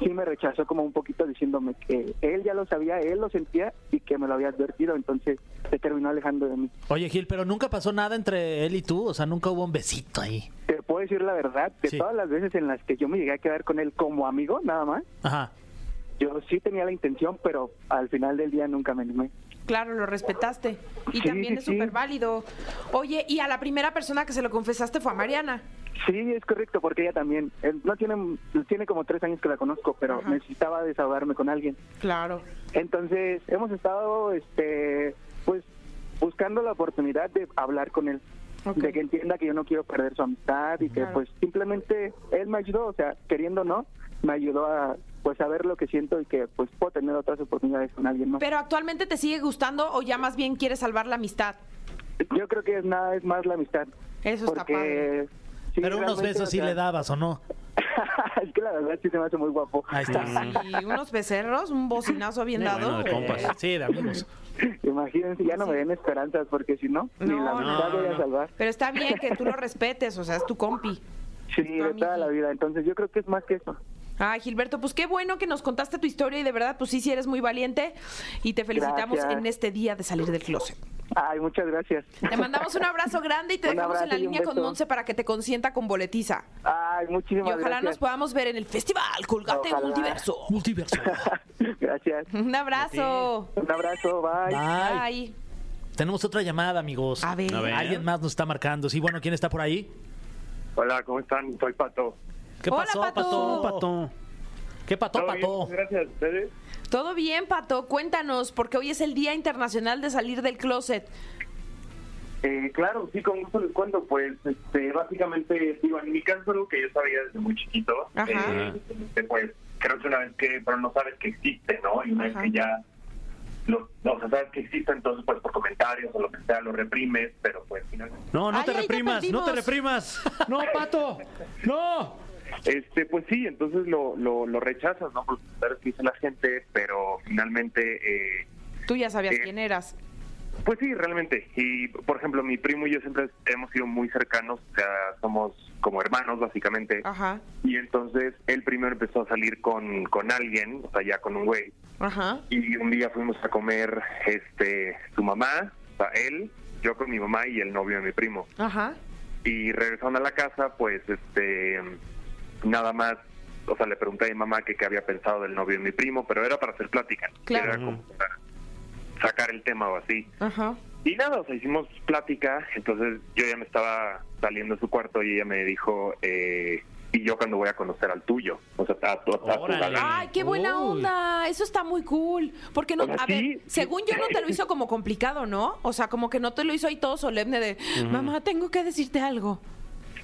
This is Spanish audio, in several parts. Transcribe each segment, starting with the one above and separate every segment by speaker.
Speaker 1: sí me rechazó como un poquito diciéndome que él ya lo sabía, él lo sentía y que me lo había advertido, entonces se terminó alejando de mí.
Speaker 2: Oye, Gil, pero nunca pasó nada entre él y tú. O sea, nunca hubo un besito ahí.
Speaker 1: Te puedo decir la verdad, de
Speaker 2: Sí.
Speaker 1: todas las veces en las que yo me llegué a quedar con él como amigo, nada más,
Speaker 2: Ajá.
Speaker 1: Yo sí tenía la intención, pero al final del día nunca me animé.
Speaker 3: Claro, lo respetaste. Y
Speaker 1: Sí,
Speaker 3: también
Speaker 1: sí,
Speaker 3: es
Speaker 1: sí.
Speaker 3: súper válido. Oye, y a la primera persona que se lo confesaste fue a Mariana.
Speaker 1: Sí, es correcto, porque ella también, eh, no tiene, tiene como tres años que la conozco, pero
Speaker 3: Ajá.
Speaker 1: necesitaba desahogarme con alguien.
Speaker 3: Claro.
Speaker 1: Entonces, hemos estado, este, pues, buscando la oportunidad de hablar con él,
Speaker 3: Ok.
Speaker 1: de que entienda que yo no quiero perder su amistad y que,
Speaker 3: Claro.
Speaker 1: pues, simplemente él me ayudó, o sea, queriendo o no, me ayudó a, pues, a ver lo que siento y que, pues, puedo tener otras oportunidades con alguien más.
Speaker 3: Pero actualmente te sigue gustando o ya más bien quieres salvar la amistad.
Speaker 1: Yo creo que es nada, es más la amistad.
Speaker 3: Eso está padre.
Speaker 1: sí,
Speaker 2: pero unos
Speaker 1: realmente,
Speaker 2: besos
Speaker 1: o
Speaker 2: sí
Speaker 1: sea,
Speaker 2: le dabas, ¿o no?
Speaker 1: es que la verdad sí se me hace muy guapo.
Speaker 2: Ahí está.
Speaker 3: Y unos becerros, un bocinazo bien
Speaker 4: Bueno,
Speaker 3: dado.
Speaker 4: de compas.
Speaker 2: Eh, sí, de amigos.
Speaker 1: Imagínense, ya no me den esperanzas porque si no, ni la
Speaker 3: No,
Speaker 1: mitad
Speaker 3: no,
Speaker 1: voy a
Speaker 3: no.
Speaker 1: salvar.
Speaker 3: Pero está bien que tú lo respetes, o sea, es tu compi.
Speaker 1: Sí,
Speaker 3: tu
Speaker 1: de toda la
Speaker 3: amiguito.
Speaker 1: vida. Entonces yo creo que es más que eso.
Speaker 3: Ay, Gilberto, pues qué bueno que nos contaste tu historia y de verdad, pues sí, sí eres muy valiente y te felicitamos
Speaker 1: Gracias.
Speaker 3: en este día de salir del closet.
Speaker 1: Ay, muchas gracias.
Speaker 3: Te mandamos un abrazo grande y te
Speaker 1: Un
Speaker 3: dejamos en la
Speaker 1: abrazo y un
Speaker 3: línea con
Speaker 1: beso.
Speaker 3: Monse para que te consienta con boletiza.
Speaker 1: Ay,
Speaker 3: Y
Speaker 1: muchísimas
Speaker 3: ojalá nos
Speaker 1: gracias.
Speaker 3: podamos ver en el festival Colgate
Speaker 1: Ojalá.
Speaker 3: Multiverso.
Speaker 2: Multiverso.
Speaker 1: gracias.
Speaker 3: Un abrazo.
Speaker 1: Un abrazo, bye.
Speaker 2: Bye.
Speaker 3: Ay,
Speaker 2: Tenemos otra llamada, amigos.
Speaker 3: A ver. A ver.
Speaker 2: Alguien más nos está marcando. Sí, bueno, ¿quién está por ahí?
Speaker 5: Hola, ¿cómo están? Soy Pato.
Speaker 2: ¿Qué
Speaker 3: Hola,
Speaker 2: pasó,
Speaker 3: Pato.
Speaker 4: Oh,
Speaker 2: Pato?
Speaker 4: pato.
Speaker 2: ¿Qué pato,
Speaker 5: ¿Todo bien?
Speaker 2: Pato?
Speaker 5: Gracias a ustedes.
Speaker 3: Todo bien, Pato. Cuéntanos, porque hoy es el Día Internacional de Salir del Closet.
Speaker 5: Eh, claro, sí, con gusto les cuento. Pues, este, básicamente, digo, en mi caso, algo que yo sabía desde muy chiquito,
Speaker 3: Ajá.
Speaker 5: eh, este, pues, creo que una vez que, pero no sabes que existe, ¿no? Y una vez
Speaker 3: Ajá.
Speaker 5: que ya, lo, o sea, sabes que existe, entonces, pues, por comentarios o lo que sea, lo reprimes, pero pues, finalmente.
Speaker 4: No, no
Speaker 3: Ay,
Speaker 4: te
Speaker 3: ahí te
Speaker 4: reprimas, no te
Speaker 3: perdimos.
Speaker 4: reprimas. No, pato. No.
Speaker 5: Este, pues sí, entonces lo, lo, lo rechazas, ¿no? Por los comentarios que dice la gente, pero finalmente, eh,
Speaker 3: Tú ya sabías
Speaker 5: Eh.
Speaker 3: quién eras.
Speaker 5: Pues sí, realmente. Y, por ejemplo, mi primo y yo siempre hemos sido muy cercanos, o sea, somos como hermanos, básicamente.
Speaker 3: Ajá,
Speaker 5: Y entonces él primero empezó a salir con, con alguien, o sea, ya con un güey.
Speaker 3: ajá.
Speaker 5: Y un día fuimos a comer este su mamá, o sea, él, yo con mi mamá y el novio de mi primo.
Speaker 3: Ajá.
Speaker 5: Y regresando a la casa, pues, este, nada más, o sea, le pregunté a mi mamá que qué había pensado del novio de mi primo, pero era para hacer plática.
Speaker 3: Claro.
Speaker 5: Era como para sacar el tema o así.
Speaker 3: Ajá.
Speaker 5: Y nada, o sea, hicimos plática, entonces yo ya me estaba saliendo de su cuarto y ella me dijo, eh, ¿y yo cuando voy a conocer al tuyo? O sea, a, tu- a tu
Speaker 4: Órale.
Speaker 5: galán.
Speaker 3: Ay, qué buena
Speaker 2: Uy.
Speaker 3: onda. Eso está muy cool. Porque no,
Speaker 5: O sea,
Speaker 3: a
Speaker 5: sí,
Speaker 3: ver,
Speaker 5: sí.
Speaker 3: según yo no te lo hizo como complicado, ¿no? O sea, como que no te lo hizo ahí todo solemne de, mamá, tengo que decirte algo.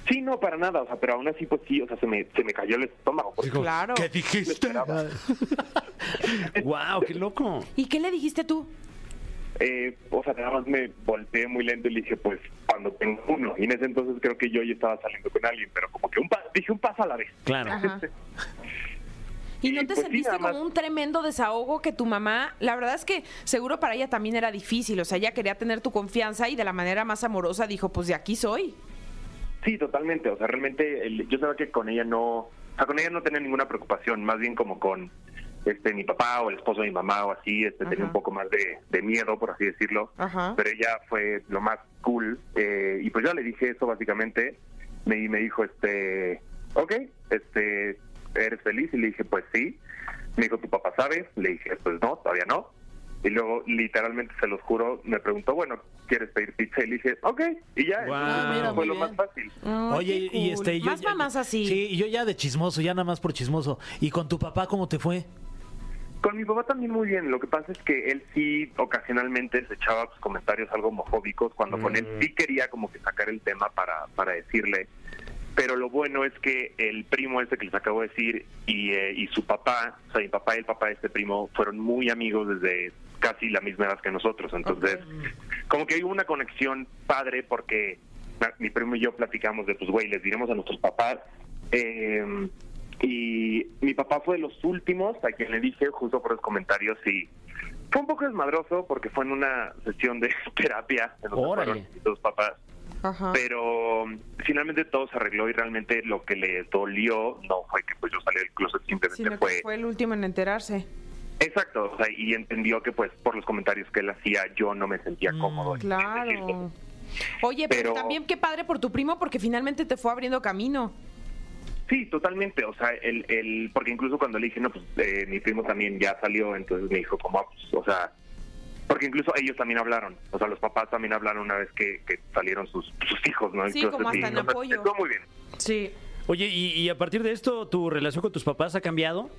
Speaker 5: Sí, no, para nada, o sea, pero aún así, pues sí, o sea, se me, se me cayó el estómago. Porque
Speaker 3: Claro.
Speaker 4: ¿Qué dijiste? wow, qué loco.
Speaker 3: ¿Y qué le dijiste tú?
Speaker 5: Eh, o sea, nada más me volteé muy lento y le dije, pues, cuando tengo uno. Y en ese entonces creo que yo ya estaba saliendo con alguien, pero como que un pa- dije un paso a la vez.
Speaker 4: Claro.
Speaker 3: Ajá. ¿Y no
Speaker 5: Sí,
Speaker 3: te
Speaker 5: pues sí,
Speaker 3: sentiste
Speaker 5: nada más.
Speaker 3: como un tremendo desahogo que tu mamá, la verdad es que seguro para ella también era difícil, o sea, ella quería tener tu confianza y de la manera más amorosa dijo, pues de aquí soy.
Speaker 5: Sí, totalmente. O sea, realmente el- yo sabía que con ella no, o sea, con ella no tenía ninguna preocupación, más bien como con este mi papá o el esposo de mi mamá o así, este tenía
Speaker 3: Ajá.
Speaker 5: un poco más de, de miedo, por así decirlo.
Speaker 3: Ajá.
Speaker 5: Pero ella fue lo más cool. eh, y pues yo le dije eso básicamente. Me, y me dijo, este, ok, este, ¿eres feliz? Y le dije, pues sí. Me dijo, ¿tu papá sabe? Le dije, pues no, todavía no. Y luego, literalmente, se los juro, me preguntó, bueno, ¿quieres pedir pizza? Y le dije, ok. Y ya,
Speaker 4: Guau.
Speaker 5: entonces,
Speaker 4: Mira,
Speaker 5: fue
Speaker 2: muy
Speaker 5: lo
Speaker 2: bien.
Speaker 5: más fácil.
Speaker 3: Ay,
Speaker 2: Oye,
Speaker 3: qué
Speaker 2: y
Speaker 3: cool.
Speaker 2: este. y yo
Speaker 3: Más
Speaker 2: ya-
Speaker 3: mamás así.
Speaker 2: Sí, y yo ya de chismoso, ya nada más por chismoso. ¿Y con tu papá cómo te fue?
Speaker 5: Con mi papá también muy bien. Lo que pasa es que él sí ocasionalmente se echaba pues, comentarios algo homofóbicos cuando con él sí quería como que sacar el tema para, para decirle. Pero lo bueno es que el primo este que les acabo de decir y, eh, y su papá, o sea, mi papá y el papá de este primo fueron muy amigos desde casi la misma edad que nosotros. Entonces, como que hay una conexión padre porque na- mi primo y yo platicamos de, pues, güey, les diremos a nuestros papás. eh, y mi papá fue de los últimos a quien le dije justo por los comentarios y fue un poco desmadroso porque fue en una sesión de terapia en donde
Speaker 2: Órale.
Speaker 5: fueron mis dos papás.
Speaker 3: Ajá.
Speaker 5: Pero um, finalmente todo se arregló y realmente lo que le dolió no fue que pues yo salí del closet, simplemente
Speaker 3: Sino que
Speaker 5: fue...
Speaker 3: fue el último en enterarse.
Speaker 5: Exacto, o sea, y entendió que pues por los comentarios que él hacía yo no me sentía cómodo. en ese círculo.
Speaker 3: Claro. Oye, pero,
Speaker 5: Pero-
Speaker 3: también qué padre por tu primo porque finalmente te fue abriendo camino.
Speaker 5: Sí, totalmente. O sea, el, el, porque incluso cuando le dije, no, pues eh, mi primo también ya salió, entonces me dijo, como, ah, pues, o sea, porque incluso ellos también hablaron. O sea, los papás también hablaron una vez que, que salieron sus, sus hijos, ¿no?
Speaker 3: Sí,
Speaker 5: Entonces,
Speaker 3: como hasta en
Speaker 5: o sea,
Speaker 3: apoyo.
Speaker 5: Estuvo muy bien.
Speaker 3: Sí.
Speaker 4: Oye, y, y a partir de esto, ¿tu relación con tus papás ha cambiado?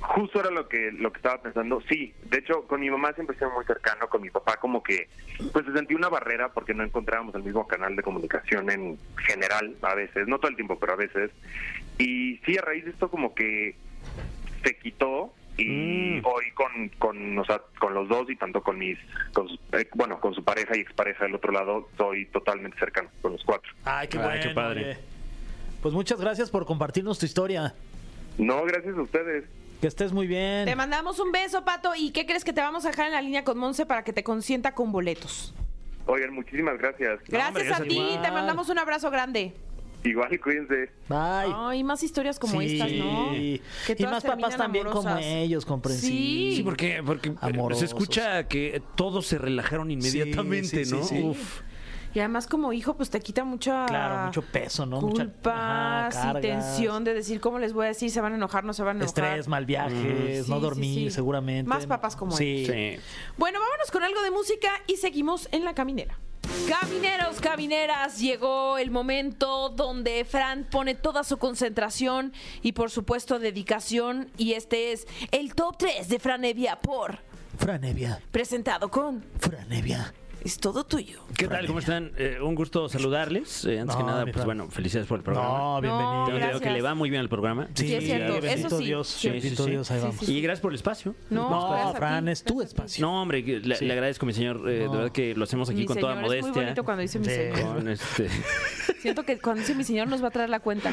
Speaker 5: Justo era lo que lo que estaba pensando. Sí, de hecho, con mi mamá siempre estuve muy cercano, con mi papá como que pues se sentía una barrera porque no encontrábamos el mismo canal de comunicación en general a veces, no todo el tiempo, pero a veces. Y sí, a raíz de esto como que se quitó y
Speaker 4: Mm.
Speaker 5: hoy con con, o sea, con los dos y tanto con mis con su- eh, bueno, con su pareja y expareja del otro lado, soy totalmente cercano con los cuatro.
Speaker 2: Ay, qué
Speaker 4: Ay, qué
Speaker 2: bueno,
Speaker 4: padre.
Speaker 2: oye. Pues muchas gracias por compartirnos tu historia.
Speaker 5: No, gracias a ustedes.
Speaker 2: Que estés muy bien.
Speaker 3: Te mandamos un beso, Pato. ¿Y qué crees que te vamos a dejar en la línea con Monse para que te consienta con boletos?
Speaker 5: Oigan, muchísimas gracias.
Speaker 3: Gracias
Speaker 4: hombre,
Speaker 3: a
Speaker 4: gracias a
Speaker 3: ti,
Speaker 2: ti.
Speaker 3: te mandamos un abrazo grande.
Speaker 5: Igual cuídense.
Speaker 2: Bye.
Speaker 3: Ay, más historias como
Speaker 2: Sí.
Speaker 3: estas, ¿no?
Speaker 2: Y
Speaker 3: Que todas
Speaker 2: más
Speaker 3: terminan
Speaker 2: papás también como
Speaker 3: amorosas.
Speaker 2: ellos, comprensivos.
Speaker 3: Sí.
Speaker 4: Sí, porque, porque eh,
Speaker 2: Amorosos.
Speaker 4: se escucha que todos se relajaron inmediatamente,
Speaker 2: Sí, sí,
Speaker 4: ¿no?
Speaker 2: sí, sí.
Speaker 4: Uf.
Speaker 3: Y además como hijo, pues te quita mucha...
Speaker 2: Claro, mucho peso, ¿no? Mucha-
Speaker 3: Culpa,
Speaker 2: Ajá,
Speaker 3: y
Speaker 2: cargas.
Speaker 3: tensión de decir cómo les voy a decir, se van a enojar, no se van a enojar. Mm.
Speaker 2: Estrés, mal viajes,
Speaker 3: Sí,
Speaker 2: no
Speaker 3: sí, sí.
Speaker 2: dormir seguramente.
Speaker 3: Más papás como
Speaker 2: sí.
Speaker 4: Sí.
Speaker 3: Bueno, vámonos con algo de música y seguimos en la caminera. Camineros, camineras, llegó el momento donde Fran pone toda su concentración y por supuesto dedicación y este es el top 3 de Fran Evia por
Speaker 2: Franevia,
Speaker 3: presentado con
Speaker 2: Franevia.
Speaker 3: Es todo tuyo.
Speaker 4: ¿Qué tal? ¿Cómo están? Eh, un gusto saludarles. Eh, antes
Speaker 2: No,
Speaker 4: que nada,
Speaker 2: mi
Speaker 4: pues
Speaker 2: Fran.
Speaker 4: bueno, felicidades por el programa.
Speaker 2: No,
Speaker 3: No,
Speaker 2: bienvenido.
Speaker 4: Tengo entendido
Speaker 3: gracias.
Speaker 4: que le va muy bien al programa.
Speaker 3: Sí, es cierto,
Speaker 2: bendito
Speaker 3: eso sí.
Speaker 2: Dios,
Speaker 3: Sí,
Speaker 2: bendito
Speaker 4: sí, sí.
Speaker 2: Dios, ahí
Speaker 3: Sí,
Speaker 2: vamos.
Speaker 3: sí,
Speaker 4: Y gracias por el espacio.
Speaker 3: No,
Speaker 2: No, pues,
Speaker 3: gracias a
Speaker 2: Fran,
Speaker 3: ti,
Speaker 2: es tu
Speaker 3: gracias a ti.
Speaker 2: espacio.
Speaker 4: No, hombre, que le,
Speaker 2: Sí.
Speaker 4: le agradezco, mi señor. eh,
Speaker 2: No.
Speaker 4: De verdad que lo hacemos aquí
Speaker 3: Mi
Speaker 4: con toda
Speaker 3: señor, es
Speaker 4: modestia.
Speaker 3: muy bonito cuando dice mi
Speaker 2: Sí.
Speaker 3: señor.
Speaker 4: Con este.
Speaker 3: Siento que cuando dice mi señor nos va a traer la cuenta.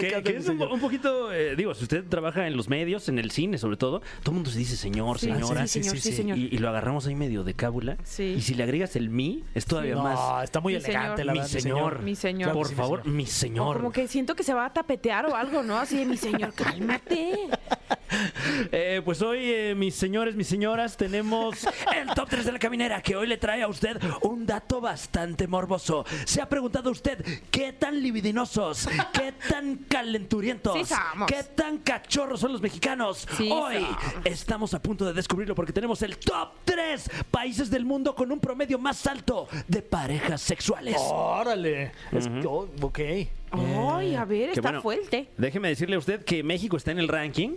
Speaker 4: que, que es un, un poquito, eh, digo, si usted trabaja en los medios, en el cine sobre todo, todo el mundo se dice señor,
Speaker 3: Sí,
Speaker 4: señora.
Speaker 3: sí, señor, sí, señor.
Speaker 4: Y, y lo agarramos ahí medio de cábula.
Speaker 3: Sí.
Speaker 4: Y si le agregas el mi, es todavía
Speaker 2: No,
Speaker 4: más.
Speaker 2: está muy
Speaker 3: Mi
Speaker 2: elegante,
Speaker 3: señor.
Speaker 2: la
Speaker 4: mi
Speaker 2: verdad.
Speaker 4: señor.
Speaker 3: Mi señor.
Speaker 4: Por
Speaker 2: Claro que sí, mi
Speaker 4: favor,
Speaker 2: señor.
Speaker 4: mi
Speaker 3: O
Speaker 4: señor.
Speaker 3: como que siento que se va a tapetear o algo, ¿no? Así de mi señor, cálmate.
Speaker 4: Eh, pues hoy, eh, mis señores, mis señoras, tenemos el top 3 de la caminera que hoy le trae a usted un dato bastante morboso. Se ha preguntado usted qué tan libidinosos, qué tan calenturientos,
Speaker 3: Sí somos.
Speaker 4: qué tan cachorros son los mexicanos.
Speaker 3: Sí
Speaker 4: hoy
Speaker 3: somos.
Speaker 4: estamos a punto de descubrirlo porque tenemos el top 3 países del mundo con un promedio más alto de parejas sexuales.
Speaker 3: Oh,
Speaker 2: Órale. Es- oh, ok.
Speaker 3: Ay, a ver,
Speaker 4: Que
Speaker 3: está
Speaker 4: bueno,
Speaker 3: fuerte.
Speaker 4: Déjeme decirle a usted que México está en el ranking,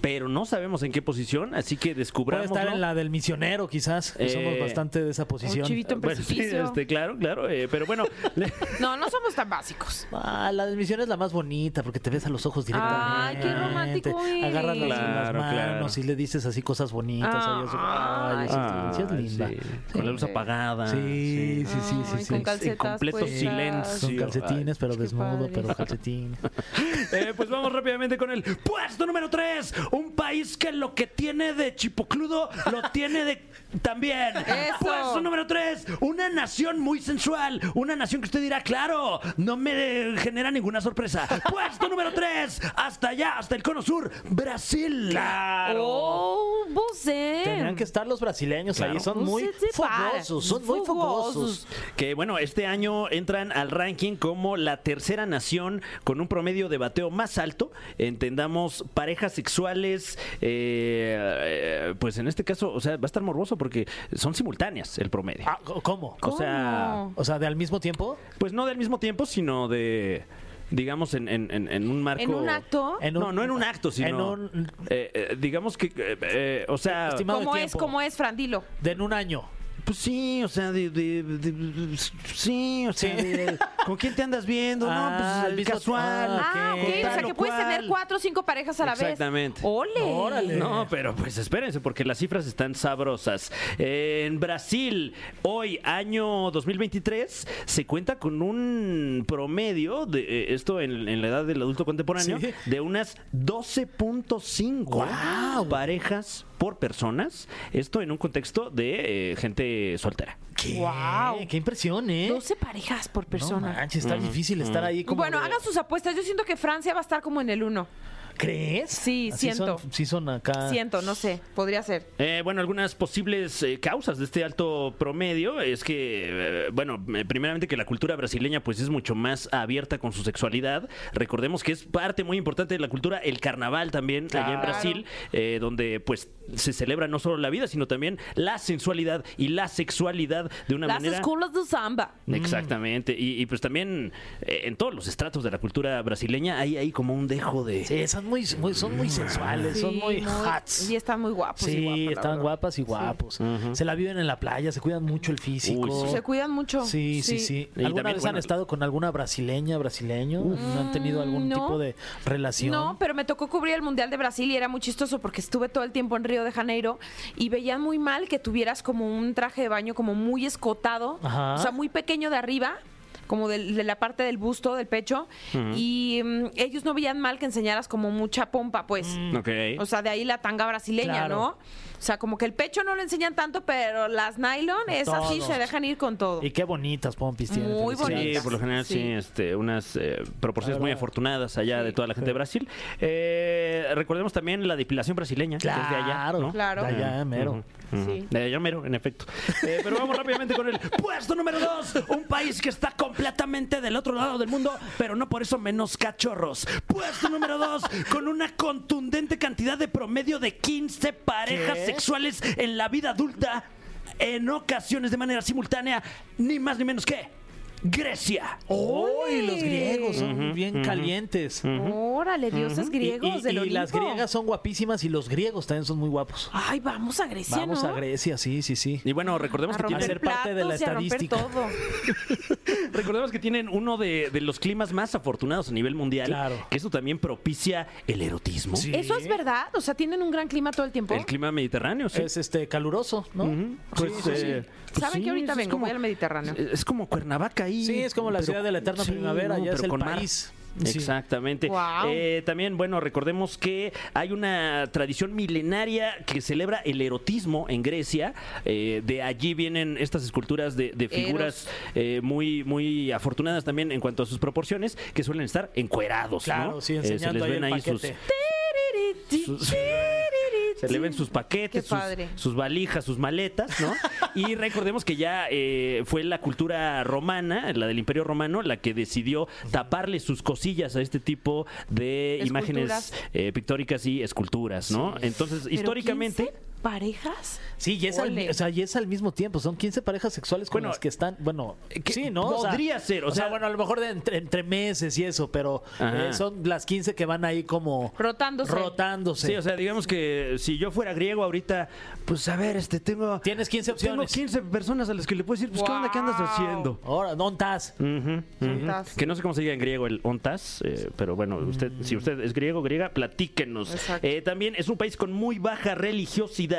Speaker 4: pero no sabemos en qué posición, así que
Speaker 2: Puede
Speaker 4: descubramos.
Speaker 2: estar en la del misionero, quizás. que somos
Speaker 4: Eh,
Speaker 2: bastante de esa posición.
Speaker 3: Un chivito
Speaker 4: Ah,
Speaker 3: en precipicio.
Speaker 4: claro, claro, eh, pero bueno, le-
Speaker 3: No, no somos tan básicos.
Speaker 2: Ah, la del misionero es la más bonita porque te ves a los ojos
Speaker 3: Ay,
Speaker 2: directamente.
Speaker 3: qué romántico eres.
Speaker 2: Agarras las, las
Speaker 4: Claro,
Speaker 2: manos
Speaker 4: claro.
Speaker 2: y le dices así cosas bonitas. a ellos. Ay, sí,
Speaker 4: Ah,
Speaker 2: sí, es linda.
Speaker 4: sí, Con la luz apagada. Ah.
Speaker 2: Sí, sí, sí, sí.
Speaker 3: Ay,
Speaker 2: sí.
Speaker 3: con
Speaker 2: Con
Speaker 3: calcetas pues,
Speaker 4: En completo
Speaker 3: puestas.
Speaker 4: silencio.
Speaker 2: Eh, calcetines, pero
Speaker 3: qué
Speaker 2: desnudo,
Speaker 3: padre.
Speaker 2: pero calcetín.
Speaker 4: Eh, pues vamos rápidamente con el puesto número 3. Un país que lo que tiene de chipocludo lo tiene de también.
Speaker 3: Eso.
Speaker 4: Puesto número 3. Una nación muy sensual. Una nación que usted dirá, claro, no me genera ninguna sorpresa. Puesto número 3. Hasta allá, hasta el cono sur, Brasil.
Speaker 3: Oh, vos
Speaker 2: Tendrían
Speaker 3: Este,
Speaker 2: que estar los brasileños
Speaker 4: Claro.
Speaker 2: ahí.
Speaker 3: Pues
Speaker 2: Son muy
Speaker 3: Ustedes se paran.
Speaker 2: fogosos. Son muy
Speaker 3: Pues,
Speaker 2: fogosos.
Speaker 4: Que bueno, este año entran al ranking como la tercera nación con un promedio de bateo más alto. Entendamos parejas sexuales, eh, eh, pues en este caso, o sea, va a estar morboso porque son simultáneas el promedio.
Speaker 2: Ah, ¿Cómo?
Speaker 4: O sea,
Speaker 3: ¿Cómo?
Speaker 2: O sea, ¿de al mismo tiempo?
Speaker 4: pues no del mismo tiempo, sino de digamos, en, en- en- en un marco...
Speaker 3: ¿En un acto?
Speaker 2: En un-
Speaker 4: no, no en un acto, sino...
Speaker 2: en un- pues
Speaker 4: eh, eh, digamos que, eh, eh, o sea...
Speaker 2: Estimado
Speaker 3: ¿Cómo
Speaker 2: de
Speaker 3: es,
Speaker 2: tiempo.
Speaker 3: cómo es, Frandilo?
Speaker 2: De en un año.
Speaker 4: Pues sí, o sea, de, de- de- de- sí, o sea,
Speaker 2: Sí.
Speaker 4: de- ¿con quién te andas viendo?
Speaker 2: Ah,
Speaker 4: no,
Speaker 2: al
Speaker 4: pues
Speaker 2: mismo-
Speaker 4: casual.
Speaker 2: Ah,
Speaker 3: Ah, ok,
Speaker 2: ok.
Speaker 3: o sea
Speaker 4: tal
Speaker 3: que
Speaker 4: o
Speaker 3: puedes tener
Speaker 4: cual.
Speaker 3: cuatro o cinco parejas a la
Speaker 4: Exactamente.
Speaker 3: vez. ¡Ole!
Speaker 2: Órale.
Speaker 4: No, pero pues espérense porque las cifras están sabrosas. En Brasil, hoy, año 2023, se cuenta con un promedio, de eh, esto en, en la edad del adulto contemporáneo,
Speaker 2: Sí.
Speaker 4: de unas 12.5 parejas por personas. Esto en un contexto de eh, gente soltera.
Speaker 2: ¿Qué?
Speaker 3: Guau.
Speaker 2: ¡Qué impresión, eh!
Speaker 3: 12 parejas por persona.
Speaker 2: No manches, está difícil estar ahí como.
Speaker 3: bueno,
Speaker 2: de-
Speaker 3: hagan sus apuestas. Yo siento que Francia va a estar como en el uno.
Speaker 2: ¿Crees?
Speaker 3: Sí,
Speaker 2: Así
Speaker 3: siento.
Speaker 2: son- sí, son acá.
Speaker 3: Siento, no sé. Podría ser.
Speaker 4: Eh, bueno, algunas posibles eh, causas de este alto promedio es que, eh, bueno, eh, primeramente que la cultura brasileña pues es mucho más abierta con su sexualidad. Recordemos que es parte muy importante de la cultura el carnaval también allá en
Speaker 2: Claro.
Speaker 4: Brasil, eh, donde pues se celebra no solo la vida, sino también la sensualidad y la sexualidad de una
Speaker 3: Las
Speaker 4: manera... Mm.
Speaker 3: escuelas de samba.
Speaker 4: Exactamente, y, y, pues también eh, en todos los estratos de la cultura brasileña hay ahí como un dejo de...
Speaker 2: Sí, son muy, muy- son muy sensuales, son
Speaker 3: Sí,
Speaker 2: muy hats.
Speaker 3: Y están muy guapos. y
Speaker 2: Sí,
Speaker 3: guapas, la
Speaker 2: están
Speaker 3: verdad.
Speaker 2: guapas y guapos. Se la viven en la playa, se cuidan mucho el físico.
Speaker 4: Uy, sí.
Speaker 3: Se cuidan mucho.
Speaker 2: Sí, sí, sí.
Speaker 4: Y
Speaker 2: ¿Alguna
Speaker 4: también,
Speaker 2: vez han
Speaker 4: bueno,
Speaker 2: estado con alguna brasileña, brasileño? ¿No han tenido algún
Speaker 3: Mm, no.
Speaker 2: tipo de relación?
Speaker 3: No, pero me tocó cubrir el Mundial de Brasil y era muy chistoso porque estuve todo el tiempo en Río de Janeiro y veían muy mal que tuvieras como un traje de baño como muy escotado,
Speaker 2: Ajá.
Speaker 3: o sea, muy pequeño de arriba como del- de, la parte del busto, del pecho, y mm, ellos no veían mal que enseñaras como mucha pompa, pues.
Speaker 4: Ok.
Speaker 3: O sea, de ahí la tanga brasileña,
Speaker 2: Mm, Claro.
Speaker 3: ¿no? O sea, como que el pecho no lo enseñan tanto, pero las nylon, esas sí
Speaker 2: Todo.
Speaker 3: se dejan ir con todo.
Speaker 2: Pues Y qué bonitas pompis tienen.
Speaker 3: Muy
Speaker 2: felicidades.
Speaker 4: Sí,
Speaker 3: bonitas.
Speaker 4: por lo general sí,
Speaker 3: Sí.
Speaker 4: este, unas eh, proporciones
Speaker 2: La
Speaker 4: muy
Speaker 2: verdad.
Speaker 4: afortunadas allá de toda la gente de Brasil. Eh, recordemos también la depilación brasileña, que es de allá,
Speaker 2: Claro,
Speaker 4: ¿no?
Speaker 3: Claro.
Speaker 2: De allá,
Speaker 4: Este
Speaker 2: mero.
Speaker 3: Sí.
Speaker 4: De allá mero, en efecto. Eh, pero vamos rápidamente con el puesto número dos. Un país que está completamente del otro lado del mundo, pero no por eso menos cachorros. Puesto número dos, con una contundente cantidad de promedio de 15 parejas
Speaker 2: ¿Qué?
Speaker 4: sexuales en la vida adulta, en ocasiones de manera simultánea, ni más ni menos que Grecia.
Speaker 2: ¡Uy! Los griegos son bien calientes.
Speaker 3: Órale, dioses
Speaker 2: Y-
Speaker 3: griegos
Speaker 2: y,
Speaker 3: del
Speaker 2: y las
Speaker 3: Olimpo.
Speaker 2: griegas son guapísimas y los griegos también son muy guapos.
Speaker 3: Ay, vamos a Grecia,
Speaker 2: Vamos
Speaker 3: ¿no?
Speaker 2: a Grecia, sí, sí, sí.
Speaker 4: Y bueno, recordemos
Speaker 3: A
Speaker 4: que tienen,
Speaker 2: hacer
Speaker 3: romper
Speaker 2: parte de la
Speaker 3: platos y a romper
Speaker 2: estadística.
Speaker 3: todo.
Speaker 4: recordemos que tienen uno de, de los climas más afortunados a nivel mundial,
Speaker 2: Claro.
Speaker 4: que eso también propicia el erotismo.
Speaker 2: Sí.
Speaker 3: ¿Eso es verdad? O sea, ¿tienen un gran clima todo el tiempo?
Speaker 4: El clima mediterráneo, sí.
Speaker 2: Es este caluroso, ¿no?
Speaker 4: Pues, eh, pues
Speaker 3: ¿Saben
Speaker 4: sí,
Speaker 3: que ahorita
Speaker 4: es
Speaker 3: vengo?
Speaker 4: como-
Speaker 3: Voy al Mediterráneo.
Speaker 4: Es, es como Cuernavaca ahí.
Speaker 2: Sí, es como la ciudad de la eterna primavera, ya es
Speaker 4: pero
Speaker 2: el
Speaker 4: mar.
Speaker 2: país. Sí.
Speaker 4: Exactamente.
Speaker 3: Guau.
Speaker 4: Eh, también, bueno, recordemos que hay una tradición milenaria que celebra el erotismo en Grecia. Eh, de allí vienen estas esculturas de, de figuras eh, muy, muy afortunadas también en cuanto a sus proporciones, que suelen estar encuerados.
Speaker 2: Claro,
Speaker 4: ¿no?
Speaker 2: sí,
Speaker 4: Eh, se
Speaker 2: enseñando
Speaker 4: les
Speaker 2: ahí
Speaker 4: ven
Speaker 2: el
Speaker 4: ahí sus,
Speaker 2: paquete.
Speaker 4: sus- se le ven sus paquetes,
Speaker 3: Qué
Speaker 4: sus,
Speaker 3: padre.
Speaker 4: sus valijas, sus maletas, ¿no? Y recordemos que ya eh, fue la cultura romana, la del Imperio Romano, la que decidió taparle sus cosillas a este tipo de
Speaker 3: Esculturas.
Speaker 4: imágenes eh, pictóricas y esculturas, ¿no? Entonces,
Speaker 3: ¿Pero
Speaker 4: históricamente...
Speaker 3: 15 ¿Parejas?
Speaker 2: Sí, y es, al,
Speaker 3: Ole.
Speaker 2: mi- o sea, y es al mismo tiempo. Son 15 parejas sexuales con
Speaker 4: Bueno, eh,
Speaker 2: las que están. Bueno,
Speaker 4: que
Speaker 2: sí, ¿no? O sea,
Speaker 4: podría ser, o sea-
Speaker 2: bueno, a lo mejor de entre, entre meses y eso, pero
Speaker 4: Ajá.
Speaker 2: eh, son las 15 que van ahí como.
Speaker 3: Rotándose.
Speaker 2: Rotándose.
Speaker 4: Sí, o sea, digamos que si yo fuera griego ahorita, pues a ver, este, tengo...
Speaker 2: Tienes 15 opciones.
Speaker 4: Tengo 15 personas a las que le puedes decir, pues, ¿qué onda? ¿Qué andas
Speaker 3: Wow.
Speaker 4: haciendo?
Speaker 2: Ahora, ¿dónde estás?
Speaker 3: Ah,
Speaker 4: Ujú, ujú.
Speaker 3: Ontas.
Speaker 4: Que no sé cómo se diga en griego el ontas, eh, pero bueno, usted, si usted es griego, griega, platíquenos.
Speaker 3: Mm. Exacto.
Speaker 4: Eh, también es un país con muy baja religiosidad,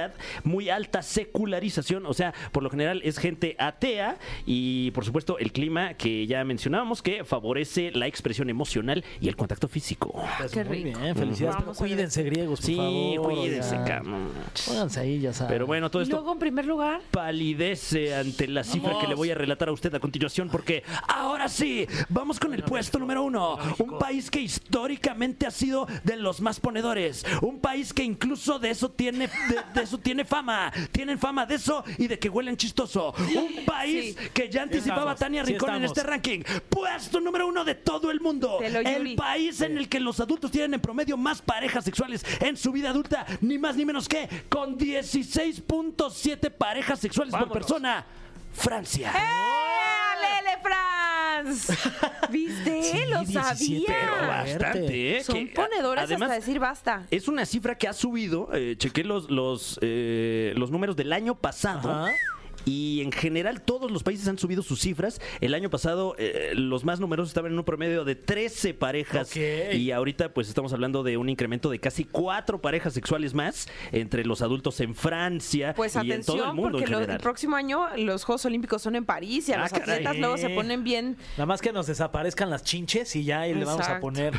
Speaker 4: muy alta secularización, o sea, por lo general es gente atea y por supuesto el clima que ya mencionábamos que favorece la expresión emocional y el contacto físico.
Speaker 2: Pues,
Speaker 3: qué
Speaker 2: muy
Speaker 3: rico.
Speaker 2: bien, felicidades.
Speaker 3: Vamos
Speaker 2: pero
Speaker 3: a ver.
Speaker 2: cuídense, griegos, por
Speaker 4: Sí,
Speaker 2: favor.
Speaker 4: cuídense,
Speaker 2: oigan.
Speaker 4: cabrón.
Speaker 2: Pónganse ahí, ya saben.
Speaker 4: Pero bueno, todo
Speaker 3: Y
Speaker 4: esto
Speaker 3: luego, en primer lugar,
Speaker 4: palidece ante la cifra
Speaker 2: Vamos.
Speaker 4: que le voy a relatar a usted a continuación, porque ahora sí, vamos con el puesto número uno. Un país que históricamente ha sido de los más ponedores. Un país que incluso de eso tiene, de, de eso tiene fama. Tienen fama de eso y de que huelen chistoso. Un país que ya anticipaba
Speaker 2: Estamos,
Speaker 4: Tania
Speaker 2: sí
Speaker 4: Rincón en
Speaker 2: estamos.
Speaker 4: este ranking. Puesto número uno de todo el mundo.
Speaker 3: Te lo
Speaker 4: El
Speaker 3: Yuri.
Speaker 4: país en el que los adultos tienen en promedio más parejas sexuales en su vida adulta, ni más ni menos que con ¡Eh!
Speaker 3: Eh.
Speaker 4: 16.7 parejas sexuales por persona. Francia.
Speaker 3: ¡Lele, Fran! ponedoras. ¿Viste?
Speaker 2: Sí,
Speaker 3: Lo
Speaker 2: 17, pero
Speaker 3: sabía.
Speaker 2: va.
Speaker 4: Bastante, ¿eh?
Speaker 3: Son
Speaker 4: Que, a-
Speaker 3: ponedoras
Speaker 4: además, eh,
Speaker 3: hasta decir basta.
Speaker 4: Es una cifra que ha subido. eh, chequé los, los, eh, los números del año pasado.
Speaker 2: Ajá.
Speaker 4: Y en general todos los países han subido sus cifras. El año pasado eh, los más numerosos estaban en un promedio de 13 parejas.
Speaker 2: Ok.
Speaker 4: Y ahorita pues estamos hablando de un incremento de casi cuatro parejas sexuales más entre los adultos en Francia
Speaker 3: Pues
Speaker 4: y en todo el
Speaker 3: atención,
Speaker 4: mundo
Speaker 3: porque
Speaker 4: en
Speaker 3: lo-
Speaker 4: general.
Speaker 3: el próximo año los Juegos Olímpicos son en París y a
Speaker 4: Ah,
Speaker 3: los
Speaker 4: caray.
Speaker 3: atletas luego se ponen bien.
Speaker 2: Nada más que nos desaparezcan las chinches y ya ahí le vamos a
Speaker 3: Exacto.
Speaker 2: poner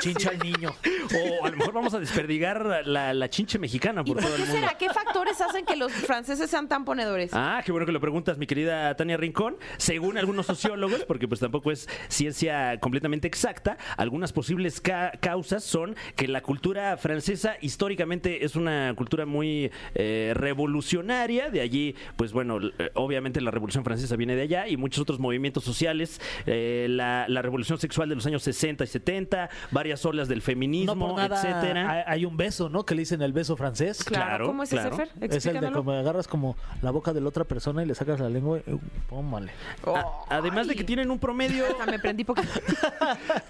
Speaker 2: chincha al niño.
Speaker 4: O a lo mejor vamos a desperdigar la, la chinche mexicana
Speaker 3: ¿Y
Speaker 4: por
Speaker 3: por
Speaker 4: todo el
Speaker 3: qué
Speaker 4: mundo.
Speaker 3: será? ¿Qué factores hacen que los franceses sean tan ponedores?
Speaker 4: Ah, qué bueno que lo preguntas, mi querida Tania Rincón. Según algunos sociólogos, porque pues tampoco es ciencia completamente exacta, algunas posibles ca- causas son que la cultura francesa históricamente es una cultura muy eh, revolucionaria. De allí, pues bueno, l- eh, obviamente la Revolución Francesa viene de allá y muchos otros movimientos sociales, eh, la, la revolución sexual de los años 60 y 70, varias olas del feminismo,
Speaker 2: no por nada
Speaker 4: etcétera.
Speaker 2: hay- Hay un beso, ¿no? Que le dicen el beso francés.
Speaker 3: claro,
Speaker 4: claro,
Speaker 3: ¿Cómo es
Speaker 4: claro.
Speaker 3: ese Fer?
Speaker 2: Es el de
Speaker 3: Explícamelo.
Speaker 2: como agarras como la boca de la otra persona y le sacas la lengua. y, uh, Pómale.
Speaker 3: Oh,
Speaker 4: A- además de que
Speaker 3: ay.
Speaker 4: tienen un promedio
Speaker 3: Hasta me prendí poquito.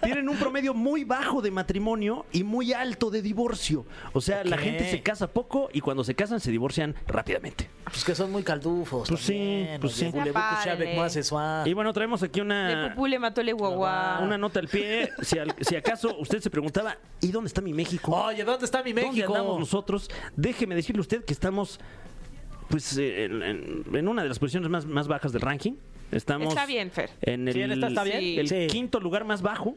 Speaker 4: tienen un promedio muy bajo de matrimonio y muy alto de divorcio. O sea, la
Speaker 2: Ok.
Speaker 4: gente se casa poco y cuando se casan se divorcian rápidamente.
Speaker 2: Pues que son muy caldufos.
Speaker 4: Pues sí,
Speaker 2: también,
Speaker 4: pues
Speaker 2: oye,
Speaker 4: sí.
Speaker 2: voulez-vous
Speaker 3: Ya
Speaker 2: coucher avec
Speaker 3: párale.
Speaker 2: moi ce soir?
Speaker 4: Y bueno, traemos aquí
Speaker 3: Le
Speaker 4: una,
Speaker 3: pupú, le mató, le guagua.
Speaker 4: Ah. una nota al pie. Si, al- si acaso usted se preguntaba, ¿y dónde está mi México?
Speaker 2: Oye, ¿dónde está mi
Speaker 4: ¿Dónde
Speaker 2: Oh, México?
Speaker 4: andamos nosotros? Déjeme decirle usted que estamos pues eh, en, en- en una de las posiciones más, más bajas del ranking. Estamos
Speaker 3: Está bien, Fer.
Speaker 4: En el,
Speaker 2: ¿Sí, él está- está bien?
Speaker 4: el
Speaker 2: Sí.
Speaker 4: quinto lugar más bajo,